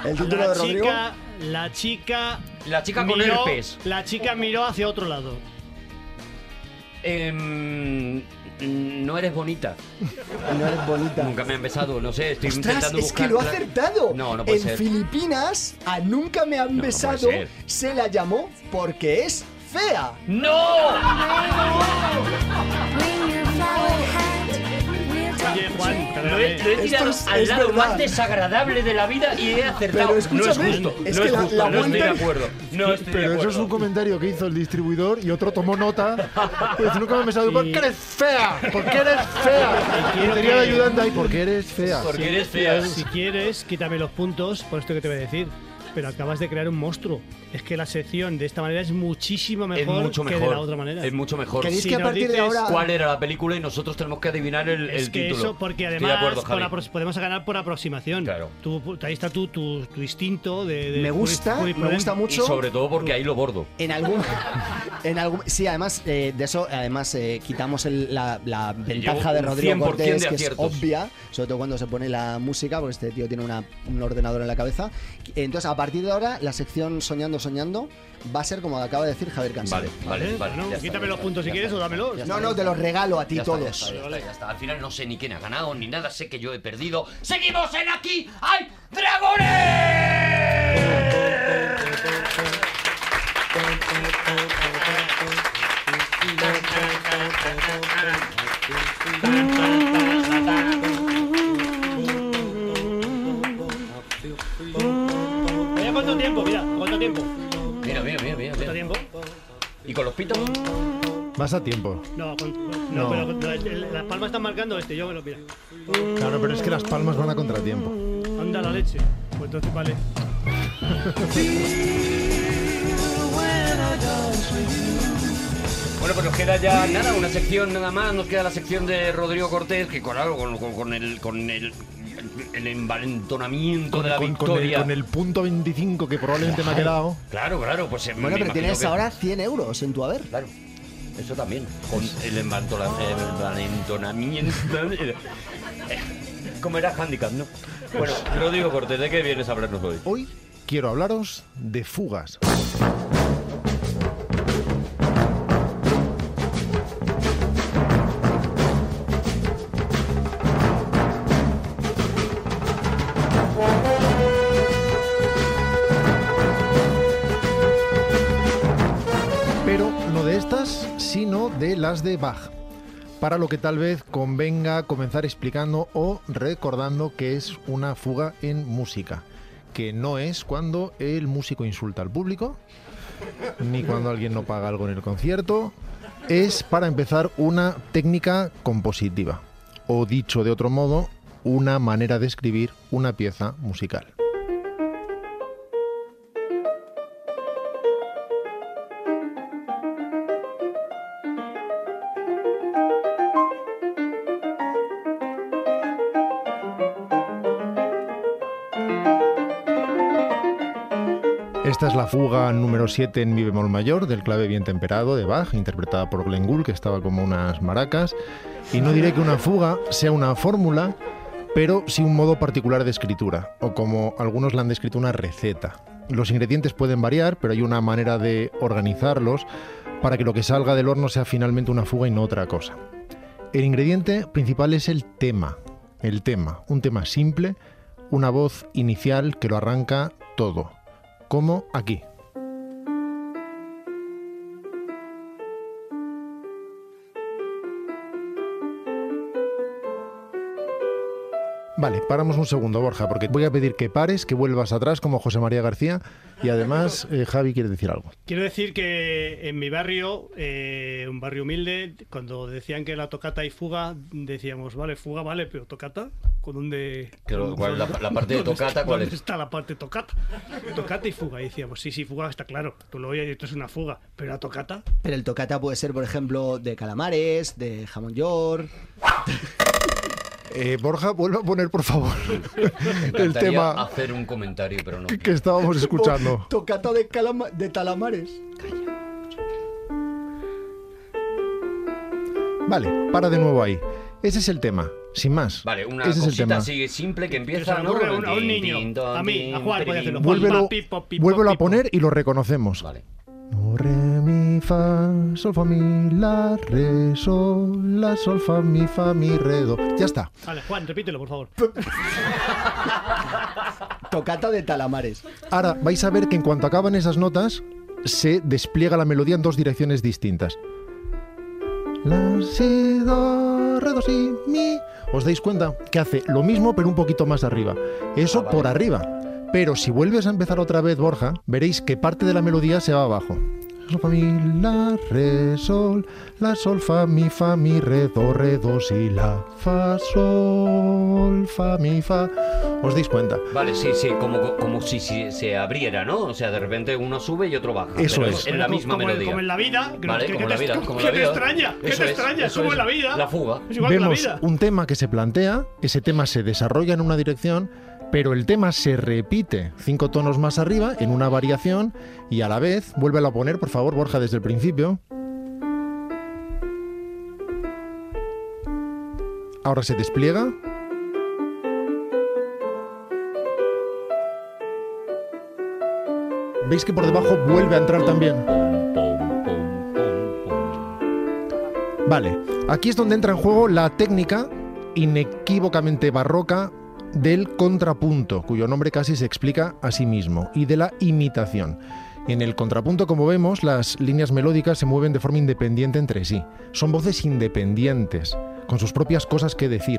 S7: El título
S6: La
S7: de Rodrigo.
S6: chica, la chica.
S5: La chica con
S6: miró-
S5: herpes.
S6: La chica miró hacia otro lado.
S5: Em, no eres bonita.
S7: No eres bonita.
S5: Nunca me han besado, no sé, estoy
S7: Ostras,
S5: intentando
S7: es que
S5: buscar-
S7: lo ha acertado.
S5: No, no puede
S7: en
S5: ser.
S7: Filipinas, a Nunca me han
S5: No, no
S7: besado,
S5: puede ser.
S7: se la llamó porque es fea.
S5: ¡No!
S7: Mm.
S10: Bring your flower hat. We'll talk
S6: Oye, Eh, Juan,
S5: Lo he, lo he
S6: perdóname.
S5: tirado
S6: Esto es-
S5: al
S6: es
S5: lado
S6: verdad.
S5: más desagradable de la vida y he acertado.
S6: Pero escúchame,
S5: no es justo,
S6: es
S5: no
S6: que
S5: es
S6: la-
S5: justo,
S6: la
S5: no estoy de
S6: vuelta-
S5: acuerdo. No estoy de
S4: Pero eso
S5: acuerdo.
S4: es un comentario que hizo el distribuidor y otro tomó nota. Pues nunca me he pensado, ¿por qué eres fea? ¿Por qué eres fea? Y tenía la ayudante ahí, ¿por qué eres fea?
S6: Si- Si
S4: Sí.
S6: quieres, quítame los puntos por esto que te voy a decir. Pero acabas de crear un monstruo. Es que la sección de esta manera es muchísimo
S5: Es
S6: mejor,
S5: mucho mejor.
S6: que de la otra manera.
S5: Es mucho mejor.
S6: Si nos dices
S5: cuál era la película y nosotros tenemos que adivinar el,
S6: es
S5: el
S6: que
S5: título.
S6: eso, porque
S5: Estoy de
S6: además
S5: acuerdo,
S6: por
S5: Javi.
S6: apro- podemos ganar por aproximación. Claro. ahí está tu, tu, tu instinto de, de
S7: Me gusta,
S6: juris-
S7: me gusta mucho.
S5: pues, Y sobre todo porque ahí lo bordo.
S7: En algún, en algún, sí, además eh, de eso, además eh, quitamos el- la, la ventaja
S5: Llevo
S7: de
S5: un
S7: Rodrigo
S5: 100% de
S7: Cortés, que es
S5: aciertos.
S7: obvia, sobre todo cuando se pone la música, porque este tío tiene una- un ordenador en la cabeza. Entonces, a partir de ahora, la sección Soñando, Soñando va a ser como acaba de decir Javier Cansado.
S5: Vale, vale.
S6: ¿eh? Bueno,
S5: ya está,
S6: quítame
S5: ya
S6: los
S5: está,
S6: puntos si
S5: ya
S6: quieres
S5: está.
S6: o dámelos.
S5: Ya
S7: No,
S5: está,
S7: no,
S5: ya
S7: te
S5: está.
S7: los regalo a ti
S5: Ya está, ya
S7: todos.
S5: está, ya está, ya está. Al final no sé ni quién ha ganado ni nada, sé que yo he perdido.
S3: Seguimos en aquí hay dragones.
S6: Mira cuánto tiempo, mira, cuánto tiempo.
S5: Mira, mira, mira, mira.
S6: ¿Cuánto tiempo?
S5: ¿Y con los pitos?
S4: Vas a tiempo.
S6: No, con-
S4: No.
S6: no, pero no, el- el- las palmas están marcando este, yo me lo mira.
S4: Claro, pero es que las palmas van a contratiempo.
S6: Anda la leche. Pues entonces vale.
S5: Bueno, pues nos queda ya nada, una sección nada más. Nos queda la sección de Rodrigo Cortés, que con algo, con, con- con el. Con el el envalentonamiento de la
S4: Con, con el,
S5: victoria.
S4: con el punto 25 que probablemente me ha quedado.
S5: Claro, claro, pues eh,
S7: Bueno,
S5: me
S7: pero
S5: imagino
S7: tienes
S5: que-
S7: ahora 100 euros en tu haber.
S5: Claro. Eso también. Con el envalentola- el envalentonamiento. eh, Como era handicap, ¿no? Bueno, Rodrigo Cortés, ¿de qué vienes a hablarnos hoy?
S4: Hoy quiero hablaros de fugas. Pero no de estas, sino de las de Bach. Para lo que tal vez convenga comenzar explicando o recordando que es una fuga en música, que no es cuando el músico insulta al público, ni cuando alguien no paga algo en el concierto, es para empezar una técnica compositiva, o dicho de otro modo, una manera de escribir una pieza musical. Esta es la fuga número 7 en mi bemol mayor del clave bien temperado de Bach, interpretada por Glenn Gould, que estaba como unas maracas. Y no diré que una fuga sea una fórmula, pero sí un modo particular de escritura, o como algunos la han descrito, una receta. Los ingredientes pueden variar, pero hay una manera de organizarlos para que lo que salga del horno sea finalmente una fuga y no otra cosa. El ingrediente principal es el tema. El tema, un tema simple, una voz inicial que lo arranca todo, como aquí. Vale, paramos un segundo, Borja, porque voy a pedir que pares, que vuelvas atrás como José María García y además eh, Javi quiere decir algo.
S6: Quiero decir que en mi barrio, eh, un barrio humilde, cuando decían que era tocata y fuga, decíamos, vale, fuga, vale, pero tocata, ¿con dónde?
S5: Claro, ¿cuál es la- la parte de
S6: ¿dónde
S5: tocata,
S6: está-
S5: cuál
S6: dónde
S5: es?
S6: está la parte tocata? Tocata y fuga. Y decíamos, sí, sí, fuga, está claro. Tú lo oyes y esto es una fuga, pero la tocata.
S7: Pero el tocata puede ser, por ejemplo, de calamares, de jamón york.
S4: Eh, Borja, vuelve a poner, por favor, el
S5: Encantaría
S4: tema
S5: hacer un comentario, pero no.
S4: que, que estábamos escuchando.
S7: Tocata de, calama- de talamares.
S4: Vale, para de nuevo ahí. Ese es el tema, sin más.
S5: Vale, una
S4: Ese es el
S5: cosita
S4: tema.
S5: así simple que empieza
S6: se le
S5: ¿no?
S6: ocurre a un- a un
S5: Tin,
S6: niño,
S5: tin, ton,
S6: a mí,
S5: tin,
S6: a Juan, puede
S5: tin,
S6: hacerlo.
S5: tin.
S4: Vuélvelo,
S6: Pi, po, pi, po,
S4: vuélvelo
S6: pi,
S4: a
S6: po.
S4: poner y lo reconocemos.
S5: Vale.
S4: Do, re, mi, fa, sol, fa, mi, la, re, sol, la, sol, fa, mi, fa, mi, re, do. Ya está.
S6: Vale, Juan, repítelo, por favor.
S7: Tocata de talamares.
S4: Ahora vais a ver que en cuanto acaban esas notas, se despliega la melodía en dos direcciones distintas. La, si, do, re, do, si, mi. os dais cuenta que hace lo mismo pero un poquito más arriba. Eso por arriba. Pero si vuelves a empezar otra vez, Borja, veréis que parte de la melodía se va abajo. Sol, fa, mi, la, re, sol, la, sol, fa, mi, fa, mi, re, do, re, do, si, la, fa, sol, fa, mi, fa. ¿Os dais cuenta?
S5: Vale, sí, sí, como, como si, si se abriera, ¿no? O sea, de repente uno sube y otro baja.
S4: Eso
S5: pero
S4: es.
S5: En la
S6: Como-
S5: misma
S6: como en-
S5: melodía.
S6: como en la vida, que no-
S5: Vale,
S6: que-
S5: como
S6: que
S5: en la
S6: te-
S5: vida.
S6: como-
S5: como en
S6: que
S5: la
S6: te
S5: vida.
S6: extraña, que
S5: Eso
S6: te extraña,
S5: eso
S6: como en la vida.
S5: La fuga.
S6: Es igual que la
S4: Vemos
S6: vida.
S4: un tema que se plantea, ese tema se desarrolla en una dirección, pero el tema se repite cinco tonos más arriba en una variación y a la vez, vuélvelo a poner, por favor, Borja, desde el principio. Ahora se despliega. ¿Veis que por debajo vuelve a entrar también? Vale, aquí es donde entra en juego la técnica inequívocamente barroca del contrapunto, cuyo nombre casi se explica a sí mismo, y de la imitación. En el contrapunto, como vemos, las líneas melódicas se mueven de forma independiente entre sí. Son voces independientes, con sus propias cosas que decir,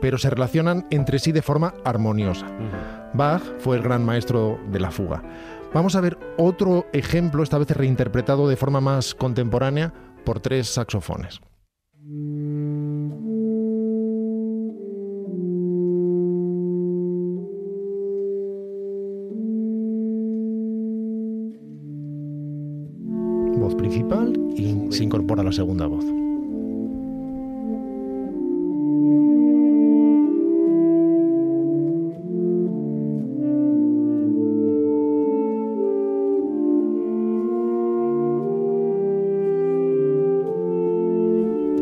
S4: pero se relacionan entre sí de forma armoniosa. Bach fue el gran maestro de la fuga. Vamos a ver otro ejemplo, esta vez reinterpretado de forma más contemporánea por tres saxofones. Voz principal y se incorpora la segunda voz.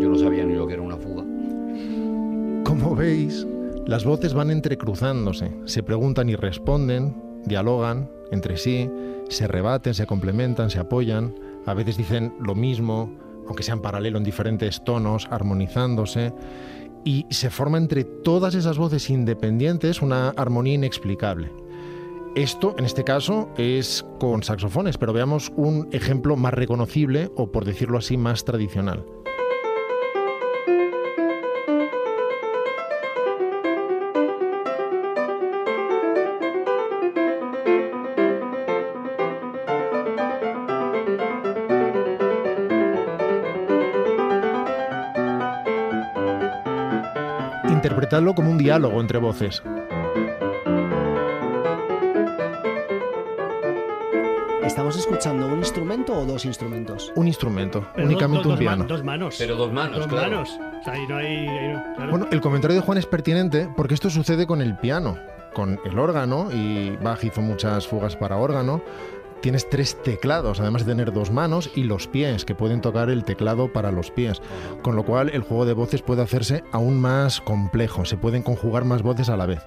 S5: Yo no sabía ni lo que era una fuga.
S4: Como veis, las voces van entrecruzándose, se preguntan y responden, dialogan entre sí, se rebaten, se complementan, se apoyan, a veces dicen lo mismo, aunque sean paralelo en diferentes tonos, armonizándose, y se forma entre todas esas voces independientes una armonía inexplicable. Esto, en este caso, es con saxofones, pero veamos un ejemplo más reconocible o, por decirlo así, más tradicional. Interpretadlo como un diálogo entre voces.
S7: ¿Estamos escuchando un instrumento o dos instrumentos?
S4: Un instrumento,
S6: Pero dos-
S4: únicamente
S6: dos-
S4: un
S6: dos man-
S4: piano.
S6: dos manos.
S5: Pero dos manos,
S6: Dos
S5: claro.
S6: manos. O sea, ahí no hay. ahí no- claro.
S4: Bueno, el comentario de Juan es pertinente porque esto sucede con el piano, con el órgano, y Bach hizo muchas fugas para órgano. Tienes tres teclados, además de tener dos manos y los pies, que pueden tocar el teclado para los pies. Con lo cual, el juego de voces puede hacerse aún más complejo, se pueden conjugar más voces a la vez.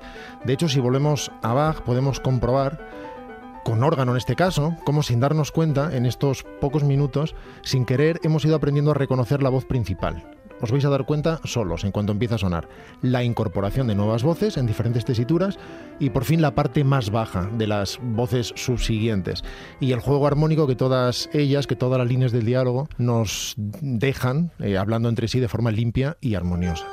S4: De hecho, si volvemos a Bach, podemos comprobar con órgano en este caso, como sin darnos cuenta, en estos pocos minutos, sin querer, hemos ido aprendiendo a reconocer la voz principal. Os vais a dar cuenta solos en cuanto empieza a sonar. La incorporación de nuevas voces en diferentes tesituras y por fin la parte más baja de las voces subsiguientes. Y el juego armónico que todas ellas, que todas las líneas del diálogo nos dejan eh, hablando entre sí de forma limpia y armoniosa.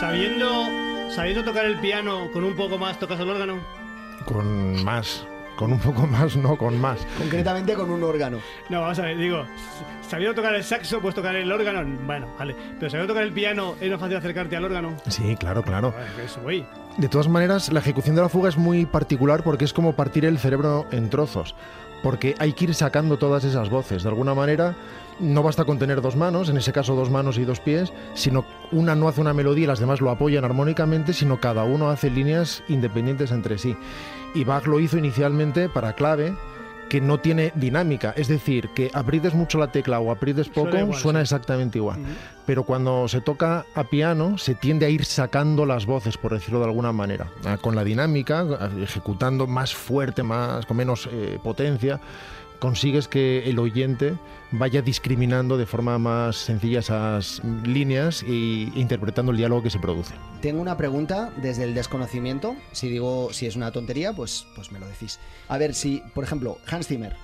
S6: Sabiendo, sabiendo tocar el piano con un poco más, tocas el órgano.
S4: Con más, con un poco más, no con más.
S7: Concretamente con un órgano.
S6: No, vamos a ver, digo, s- sabiendo tocar el saxo, puedes tocar el órgano. Bueno, vale. Pero sabiendo tocar el piano, es más fácil acercarte al órgano.
S4: Sí, claro, claro.
S6: Ah, que Eso, güey.
S4: De todas maneras, la ejecución de la fuga es muy particular porque es como partir el cerebro en trozos, porque hay que ir sacando todas esas voces. De alguna manera, no basta con tener dos manos, en ese caso dos manos y dos pies, sino una no hace una melodía y las demás lo apoyan armónicamente, sino cada uno hace líneas independientes entre sí. Y Bach lo hizo inicialmente para clave, que no tiene dinámica. Es decir, que aprides mucho la tecla o aprides poco,
S6: Suena
S4: suena,
S6: igual, sí.
S4: exactamente igual.
S6: Ujú.
S4: Pero cuando se toca a piano, se tiende a ir sacando las voces, por decirlo de alguna manera. Ah, Con la dinámica, ah, ejecutando más fuerte, más, con menos eh, potencia, consigues que el oyente vaya discriminando de forma más sencilla esas líneas e interpretando el diálogo que se produce.
S7: Tengo una pregunta desde el desconocimiento. Si digo, si es una tontería, pues, pues me lo decís. A ver, si, por ejemplo, Hans Zimmer,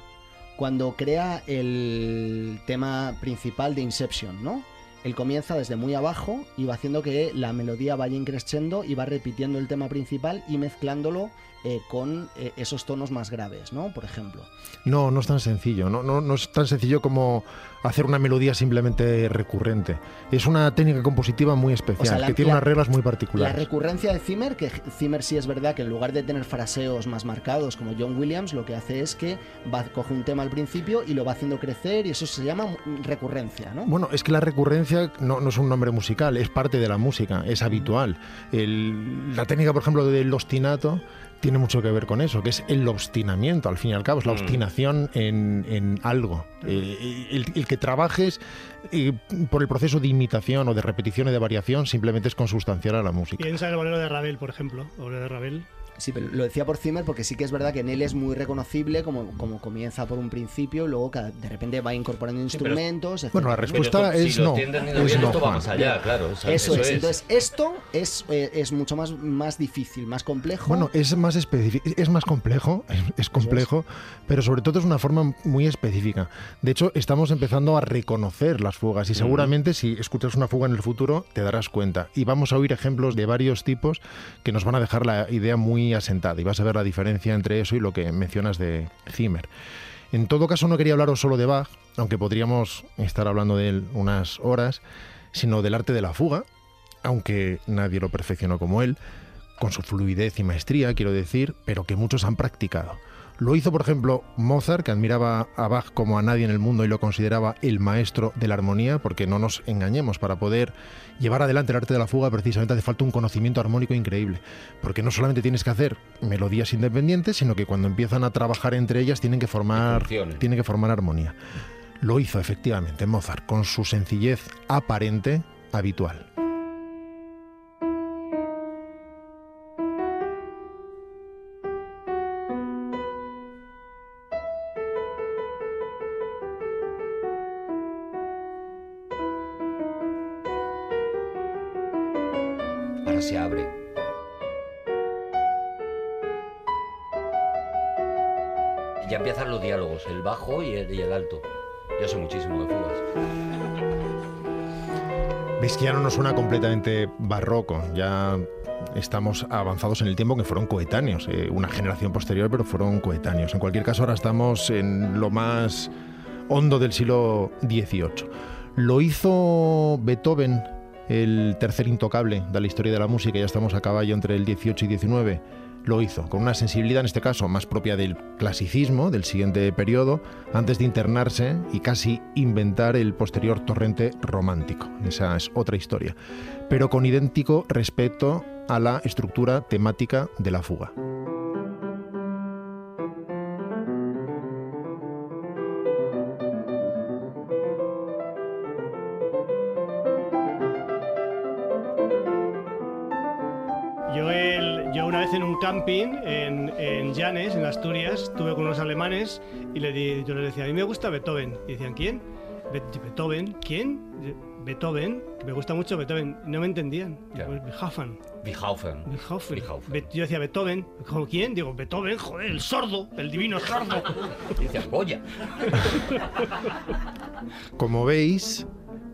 S7: cuando crea el tema principal de Inception, ¿no? Él comienza desde muy abajo y va haciendo que la melodía vaya increciendo y va repitiendo el tema principal y mezclándolo eh, con eh, esos tonos más graves, ¿no? Por ejemplo.
S4: No, no es tan sencillo. No, no, no es tan sencillo como hacer una melodía simplemente recurrente. Es una técnica compositiva muy especial,
S7: la-
S4: que tiene
S7: la-
S4: unas reglas muy
S7: La
S4: particulares.
S7: recurrencia de Zimmer, que Zimmer sí es verdad que en lugar de tener fraseos más marcados como John Williams, lo que hace es que va, coge un tema al principio y lo va haciendo crecer y eso se llama mm, recurrencia, ¿no?
S4: Bueno, es que la recurrencia no, no es un nombre musical, es parte de la música,
S7: Mm.
S4: es habitual. El- la técnica, por ejemplo, del obstinato tiene mucho que ver con eso, que es el obstinamiento, al fin y al cabo, es la
S12: Mm.
S4: obstinación en, en algo. Eh, el, el que trabajes eh, por el proceso de imitación o de repetición y de variación simplemente es consustancial a la música.
S6: Piensa en el bolero de Ravel, por ejemplo. El bolero de Ravel.
S7: Sí, pero lo decía por Zimmer porque sí que es verdad que en él es muy reconocible, como, como comienza por un principio, luego cada- de repente va incorporando
S4: pero-
S7: instrumentos. etc.
S4: Bueno, la respuesta
S5: Pero esto,
S4: es
S5: si lo
S4: no.
S5: tiene entendido
S4: es
S5: bien,
S4: no,
S5: esto va
S4: Juan.
S5: más allá, claro, o sea,
S7: eso,
S5: eso
S7: es.
S5: es.
S7: Entonces, esto es, eh, es mucho más, más difícil, más complejo.
S4: Bueno, es más específico, es más complejo, es, es complejo, pero sobre todo es una forma muy específica. De hecho, estamos empezando a reconocer las fugas y seguramente si escuchas una fuga en el futuro te darás cuenta. Y vamos a oír ejemplos de varios tipos que nos van a dejar la idea muy asentada y vas a ver la diferencia entre eso y lo que mencionas de Zimmer. En todo caso, no quería hablaros solo de Bach, aunque podríamos estar hablando de él unas horas, sino del arte de la fuga, aunque nadie lo perfeccionó como él, con su fluidez y maestría, quiero decir, pero que muchos han practicado. Lo hizo, por ejemplo, Mozart, que admiraba a Bach como a nadie en el mundo y lo consideraba el maestro de la armonía, porque no nos engañemos, para poder llevar adelante el arte de la fuga precisamente hace falta un conocimiento armónico increíble, porque no solamente tienes que hacer melodías independientes, sino que cuando empiezan a trabajar entre ellas tienen que formar,
S5: funcionen.
S4: tienen que formar armonía. Lo hizo efectivamente Mozart, con su sencillez aparente habitual.
S5: Ahora se abre. Ya empiezan los diálogos, el bajo y el, y el alto. Yo sé muchísimo de fugas.
S4: Veis que ya no nos suena completamente barroco, ya estamos avanzados en el tiempo que fueron coetáneos, eh, una generación posterior, pero fueron coetáneos. En cualquier caso, ahora estamos en lo más hondo del siglo XVIII. Lo hizo Beethoven, el tercer intocable de la historia de la música, ya estamos a caballo entre el XVIII y XIX. Lo hizo, con una sensibilidad en este caso más propia del clasicismo del siguiente periodo, antes de internarse y casi inventar el posterior torrente romántico. Esa es otra historia. Pero con idéntico respeto a la estructura temática de la fuga.
S6: Yo, el- yo una vez en un camping en, en Llanes, en Asturias, estuve con unos alemanes y le di- yo les decía, a mí me gusta Beethoven. Y decían, ¿quién? "Be- Beethoven, ¿quién? Yo, Beethoven, que me gusta mucho Beethoven. Y No me entendían. Pues, Beethoven.
S5: Beethoven.
S6: Beethoven.
S5: Beethoven.
S6: Be- yo decía Beethoven. Dijo, ¿Quién? Digo, Beethoven, joder, el sordo, el divino sordo.
S5: Dice Goya.
S4: Como veis,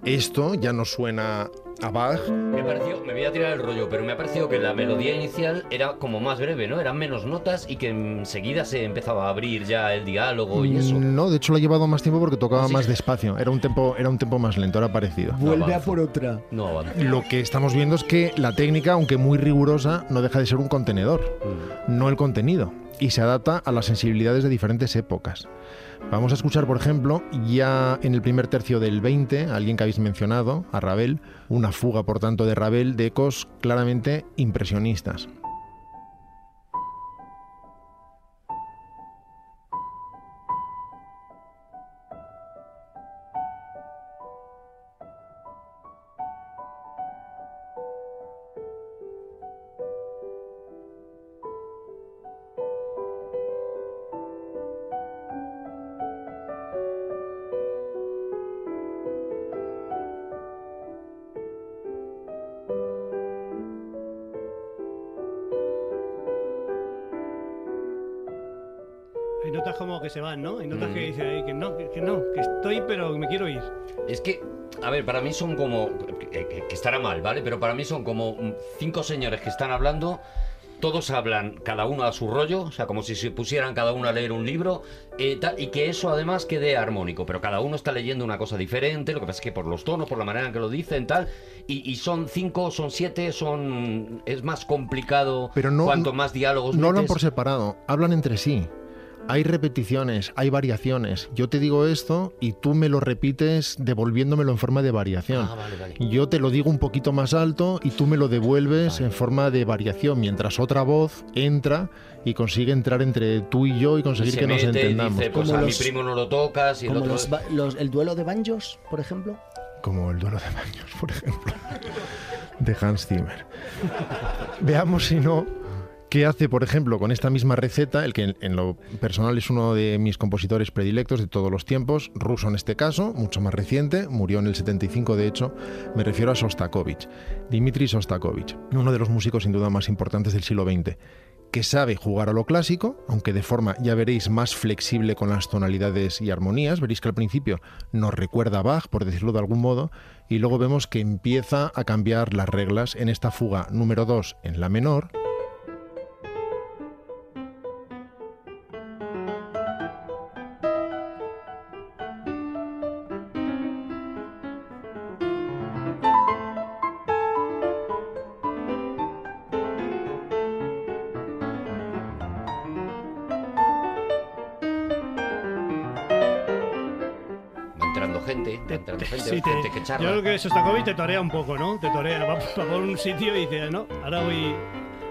S4: esto ya no suena a Bach.
S5: Me pareció, me voy a tirar el rollo, pero me ha parecido que la melodía inicial era como más breve, ¿no? Eran menos notas y que enseguida se empezaba a abrir ya el diálogo y eso.
S7: Mm.
S4: No, de hecho lo ha llevado más tiempo porque tocaba
S5: Así
S4: más
S5: que-
S4: despacio. Era un tempo, era un tempo más lento, era parecido.
S7: por otra.
S5: No avanza.
S4: Lo que estamos viendo es que la técnica, aunque muy rigurosa, no deja de ser un contenedor, no el contenido, y se adapta a las sensibilidades de diferentes épocas. Vamos a escuchar, por ejemplo, ya en el primer tercio del 20, a alguien que habéis mencionado, a Ravel, una fuga, por tanto, de Ravel de ecos claramente impresionistas.
S6: notas como que se van, ¿no? Hay notas que dicen ahí que no, que, que no, que estoy, pero me quiero ir.
S5: Es que, a ver, para mí son como. Que, que- que estará mal, ¿vale? Pero para mí son como cinco señores que están hablando. Todos hablan, cada uno a su rollo, o sea, como si se pusieran cada uno a leer un libro, eh, tal, y que eso además quede armónico, pero cada uno está leyendo una cosa diferente, lo que pasa es que por los tonos, por la manera en que lo dicen, tal, y, y son cinco, son siete, son... es más complicado
S4: Pero no-
S5: cuanto más diálogos
S4: No hablan
S5: metes.
S4: por separado, hablan entre sí. Hay repeticiones, hay variaciones. Yo te digo esto y tú me lo repites devolviéndomelo en forma de
S5: Ah,
S4: variación. Yo te lo digo un poquito más alto y tú me lo devuelves en forma de variación, mientras otra voz entra y consigue entrar entre tú y yo y conseguir
S5: se
S4: que nos
S5: mete y
S4: entendamos.
S5: dice, pues
S4: como,
S5: a
S4: los-
S5: mi primo no lo tocas y el
S7: Como
S5: otro...
S7: los ba- los- el duelo de banjos, por ejemplo.
S4: como el duelo de baños, por ejemplo, de Hans Zimmer. Veamos si no. ¿Qué hace, por ejemplo, con esta misma receta, el que en, en lo personal es uno de mis compositores predilectos de todos los tiempos, ruso en este caso, mucho más reciente, murió en el 75 de hecho, me refiero a Sostakovich, Dmitri Sostakovich, uno de los músicos sin duda más importantes del siglo XX, que sabe jugar a lo clásico, aunque de forma, ya veréis, más flexible con las tonalidades y armonías, veréis que al principio nos recuerda a Bach, por decirlo de algún modo, y luego vemos que empieza a cambiar las reglas en esta fuga número 2 en la menor,
S5: Va entrando gente, va entrando gente,
S6: Sí, te-
S5: gente que charla.
S6: yo creo que Sostakovich te torea un poco, ¿no? Te torea, va, va por un sitio y dice, no, ahora voy,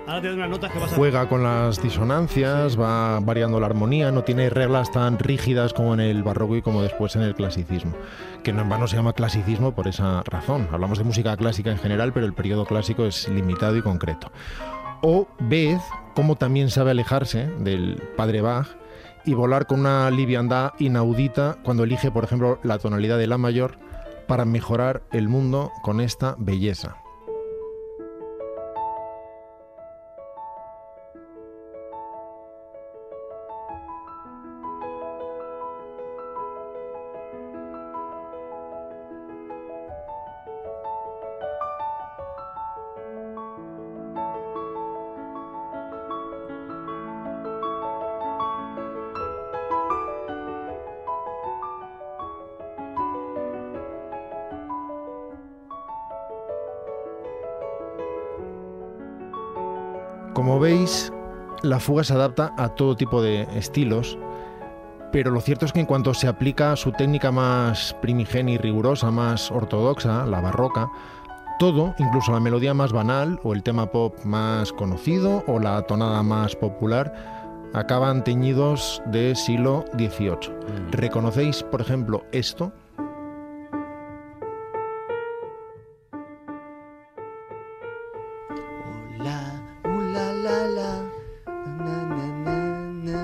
S6: ahora te doy unas notas que vas a...
S4: juega con las disonancias, va variando la armonía, no tiene reglas tan rígidas como en el barroco y como después en el clasicismo, que no en vano se llama clasicismo por esa razón. Hablamos de música clásica en general, pero el periodo clásico es limitado y concreto. O ved cómo también sabe alejarse del padre Bach y volar con una liviandad inaudita cuando elige, por ejemplo, la tonalidad de la mayor para mejorar el mundo con esta belleza. Como veis, la fuga se adapta a todo tipo de estilos, pero lo cierto es que en cuanto se aplica su técnica más primigenia y rigurosa, más ortodoxa, la barroca, todo, incluso la melodía más banal o el tema pop más conocido o la tonada más popular, acaban teñidos de siglo XVIII. ¿Reconocéis, por ejemplo, esto?
S7: Uh, la, la, la, na, na, na, na.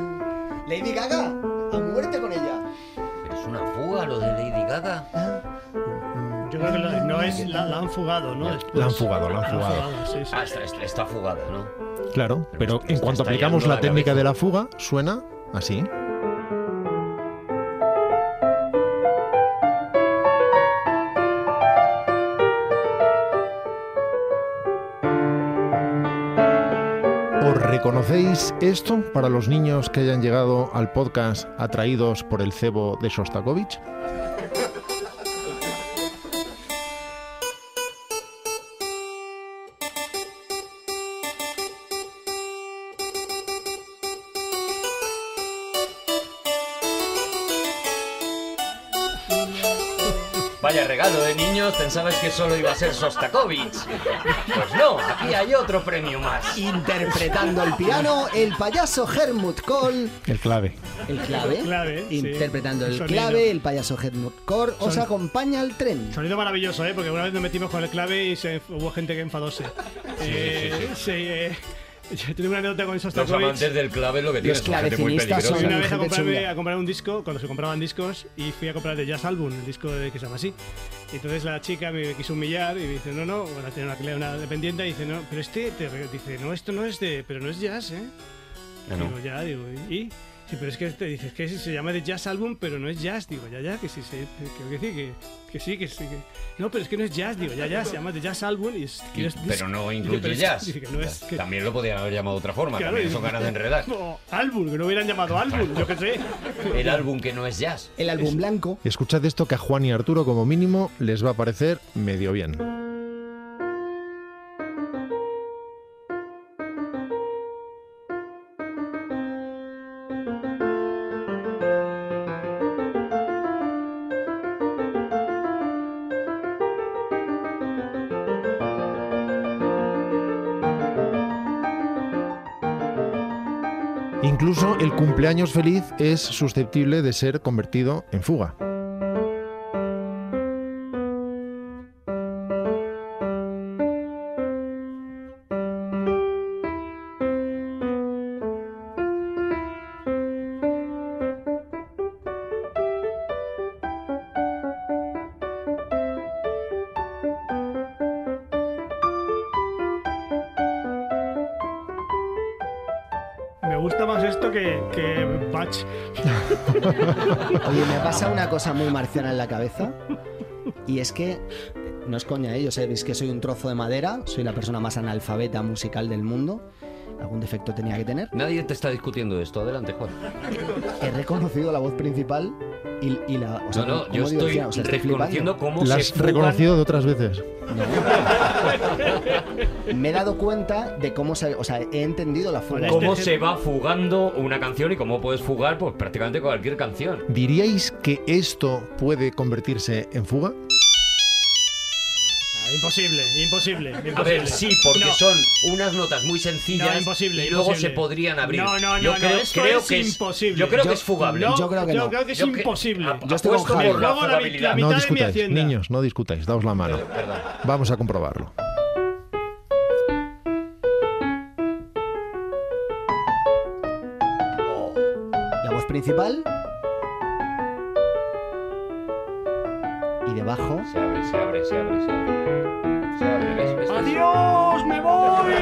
S7: Lady Gaga, a muerte con ella.
S5: ¿Es una fuga lo de Lady Gaga?
S6: Yo creo que la- no es, la, la han fugado, ¿no? Después.
S4: La han fugado, la han fugado.
S6: sí, sí.
S5: Ah, está, está- está fugada, ¿no?
S4: Claro, pero en cuanto
S5: está
S4: aplicamos
S5: yendo
S4: la
S5: la
S4: técnica
S5: cabeza.
S4: de la fuga, suena así. ¿Os reconocéis esto para los niños que hayan llegado al podcast atraídos por el cebo de Shostakovich?
S5: Vaya regalo de niños, pensabas que solo iba a ser Sostakovich. Pues no, aquí hay otro premio más.
S7: Interpretando el piano, el payaso Helmut Kohl.
S4: El clave.
S7: El clave.
S6: El clave, sí.
S7: Interpretando el
S6: Sonido.
S7: clave, el payaso Helmut Kohl os
S6: Son-
S7: acompaña al tren.
S6: Sonido maravilloso, ¿eh? Porque una vez nos metimos con el clave y se- hubo gente que enfadóse. Eh, sí, eh, yo tengo una anécdota con
S5: Los amantes
S6: Sostakovich.
S5: del clave lo que
S7: Los
S5: tienen son gente muy
S7: clavecinistas
S5: peligrosa.
S6: Fui una vez a
S7: Gente
S6: comprarme,
S7: chunga.
S6: a comprar un disco, cuando se compraban discos, y fui a comprar de Jazz Album, el disco de, que se llama así. Y entonces la chica me quiso humillar y me dice, no, no, bueno, tenía una, una dependiente y dice, no, pero este, te re- dice, no, esto no es de, pero no es jazz, ¿eh?
S5: Ah, no.
S6: Digo, ya, digo, ¿y? Sí, pero es que te dices que se llama de jazz álbum, pero no es jazz, digo, ya, ya, que sí, sí, que, que sí, que, que sí, que sí. que- No, pero es que no es jazz, digo, ya, ya, se llama de jazz álbum y es que
S5: Y-
S6: no es
S5: pero no incluye jazz.
S6: Dice que no es que-
S5: También lo podían haber llamado de otra forma.
S6: Claro,
S5: también
S6: y-
S5: son ganas de enredar.
S6: No, álbum, que no hubieran llamado álbum, yo qué sé.
S5: El álbum que no es jazz.
S7: El álbum blanco.
S4: Y escuchad esto que a Juan y Arturo como mínimo les va a parecer medio bien. Incluso el cumpleaños feliz es susceptible de ser convertido en fuga.
S6: Me gusta más esto que, que Bach.
S7: Oye, me pasa una cosa muy marciana en la cabeza. Y es que, eh, no es coña, ¿eh? yo sabéis que soy un trozo de madera, soy la persona más analfabeta musical del mundo. Algún defecto tenía que tener.
S5: Nadie te está discutiendo esto. Adelante, Juan.
S7: He reconocido la voz principal y, y la. O sea,
S5: No, no,
S7: ¿cómo
S5: yo
S7: digo,
S5: estoy
S7: tía? O sea,
S5: reconociendo
S7: flipando.
S5: cómo
S4: Las
S5: se fugan-
S4: reconocido de otras veces.
S7: Me he dado cuenta de cómo se. O sea, he entendido la
S6: Este
S7: fuga.
S5: cómo se va fugando una canción y cómo puedes fugar pues prácticamente cualquier canción.
S4: ¿Diríais que esto puede convertirse en fuga?
S6: Ah, imposible, imposible, imposible.
S5: A ver, sí, porque
S6: No.
S5: son unas notas muy sencillas
S6: No, imposible,
S5: y luego
S6: imposible.
S5: se podrían abrir.
S6: No, no, no,
S5: yo
S6: no,
S5: creo,
S6: esto
S5: creo
S6: es
S5: que
S6: imposible.
S5: Yo creo
S6: Yo-
S5: que es fugable.
S6: no,
S7: Yo creo que
S6: yo
S7: no.
S6: creo que es
S5: que-
S6: imposible.
S5: ap-
S7: Yo estoy con
S5: apuesto
S7: Javi.
S5: por la
S6: Luego la
S5: jugabilidad.
S6: mitad
S4: No
S6: de mi
S4: discutáis,
S6: hacienda.
S4: niños, no discutáis, daos la mano. Vamos a comprobarlo.
S7: La voz principal. Y debajo.
S5: Se abre, se abre, se abre, se abre. Se abre, ¿ves? ¿Ves?
S6: ¡Adiós, me voy!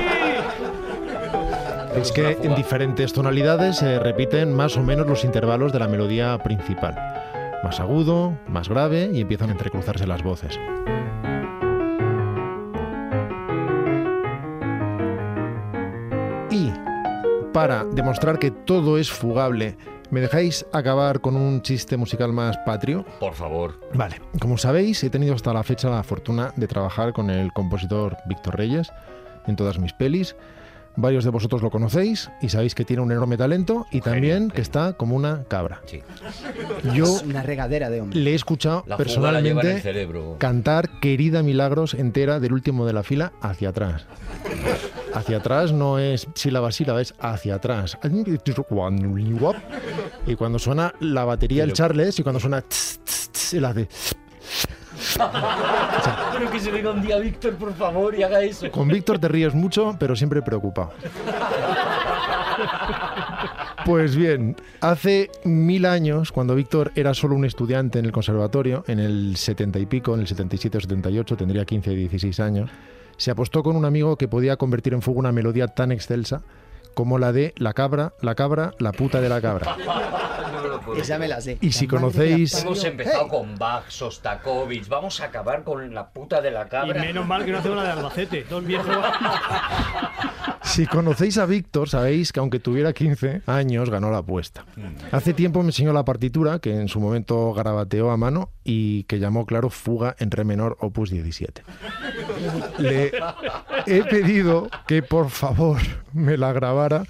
S4: Es que en diferentes tonalidades se repiten más o menos los intervalos de la melodía principal. Más agudo, más grave y empiezan a entrecruzarse las voces. Y para demostrar que todo es fugable, ¿me dejáis acabar con un chiste musical más patrio?
S5: Por favor.
S4: Vale, como sabéis, he tenido hasta la fecha la fortuna de trabajar con el compositor Víctor Reyes en todas mis pelis. Varios de vosotros lo conocéis y sabéis que tiene un enorme talento y también que está como una cabra.
S5: Sí.
S4: Yo
S7: Es una regadera de hombre.
S4: le he escuchado
S5: La fuga la lleva en el
S4: personalmente
S5: cerebro.
S4: cantar Querida Milagros entera del último de la fila hacia atrás. Hacia atrás no es sílaba sílaba, es hacia atrás. Y cuando suena la batería el Charles y cuando suena tss, tss, tss, él hace
S5: Quiero que se venga un día Víctor, por favor, y haga eso.
S4: Con Víctor te ríes mucho, pero siempre preocupado. Pues bien, hace mil años, cuando Víctor era solo un estudiante en el conservatorio, en el 70 y pico, en el 77 o 78, tendría 15 y 16 años, se apostó con un amigo que podía convertir en fuego una melodía tan excelsa como la de la cabra, la cabra, la puta de la cabra.
S7: Esa me la sé.
S4: Y si
S7: La madre
S4: conocéis-
S7: que la parió.
S5: Hemos empezado
S7: ¡Hey!
S5: con Bach, Sostakovich, vamos a acabar con la puta de la
S6: Y
S5: cabra.
S6: menos mal que no hace una de Albacete. Dos viejos.
S4: Si conocéis a Víctor, sabéis que aunque tuviera 15 años, ganó la apuesta. Hace tiempo me enseñó la partitura, que en su momento garabateó a mano y que llamó, claro, Fuga en Re menor, opus 17. Le he pedido que por favor me la grabara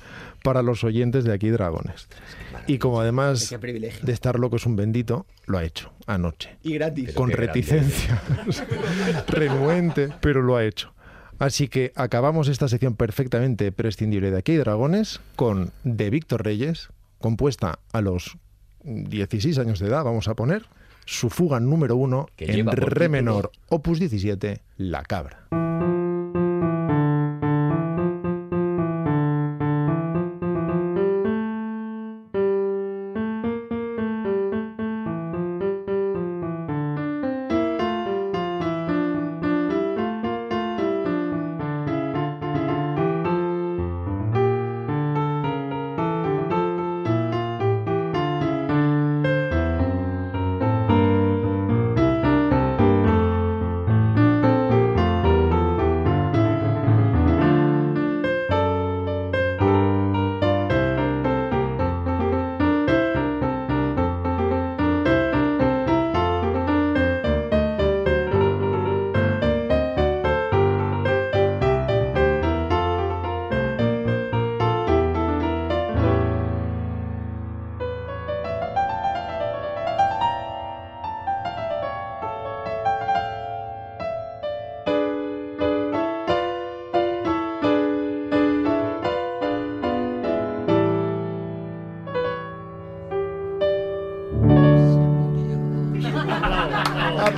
S4: para los oyentes de aquí, Dragones. Y como además
S7: Qué privilegio.
S4: de estar loco es un bendito, lo ha hecho anoche
S7: Y gratis.
S4: con
S5: qué grande
S4: reticencia, renuente, pero lo ha hecho. Así que acabamos esta sección perfectamente prescindible de aquí hay dragones con de Víctor Reyes, compuesta a los 16 años de edad, vamos a poner, su fuga número uno
S5: Que
S4: en
S5: lleva por
S4: re
S5: título-
S4: menor, opus 17, La Cabra.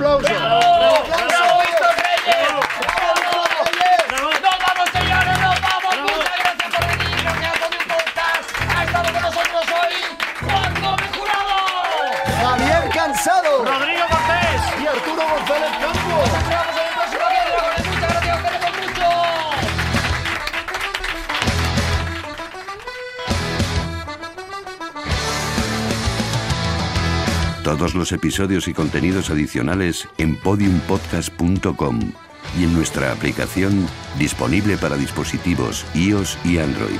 S5: ¡Oh,
S9: Todos los episodios y contenidos adicionales en podiumpodcast.com y en nuestra aplicación disponible para dispositivos iOS y Android.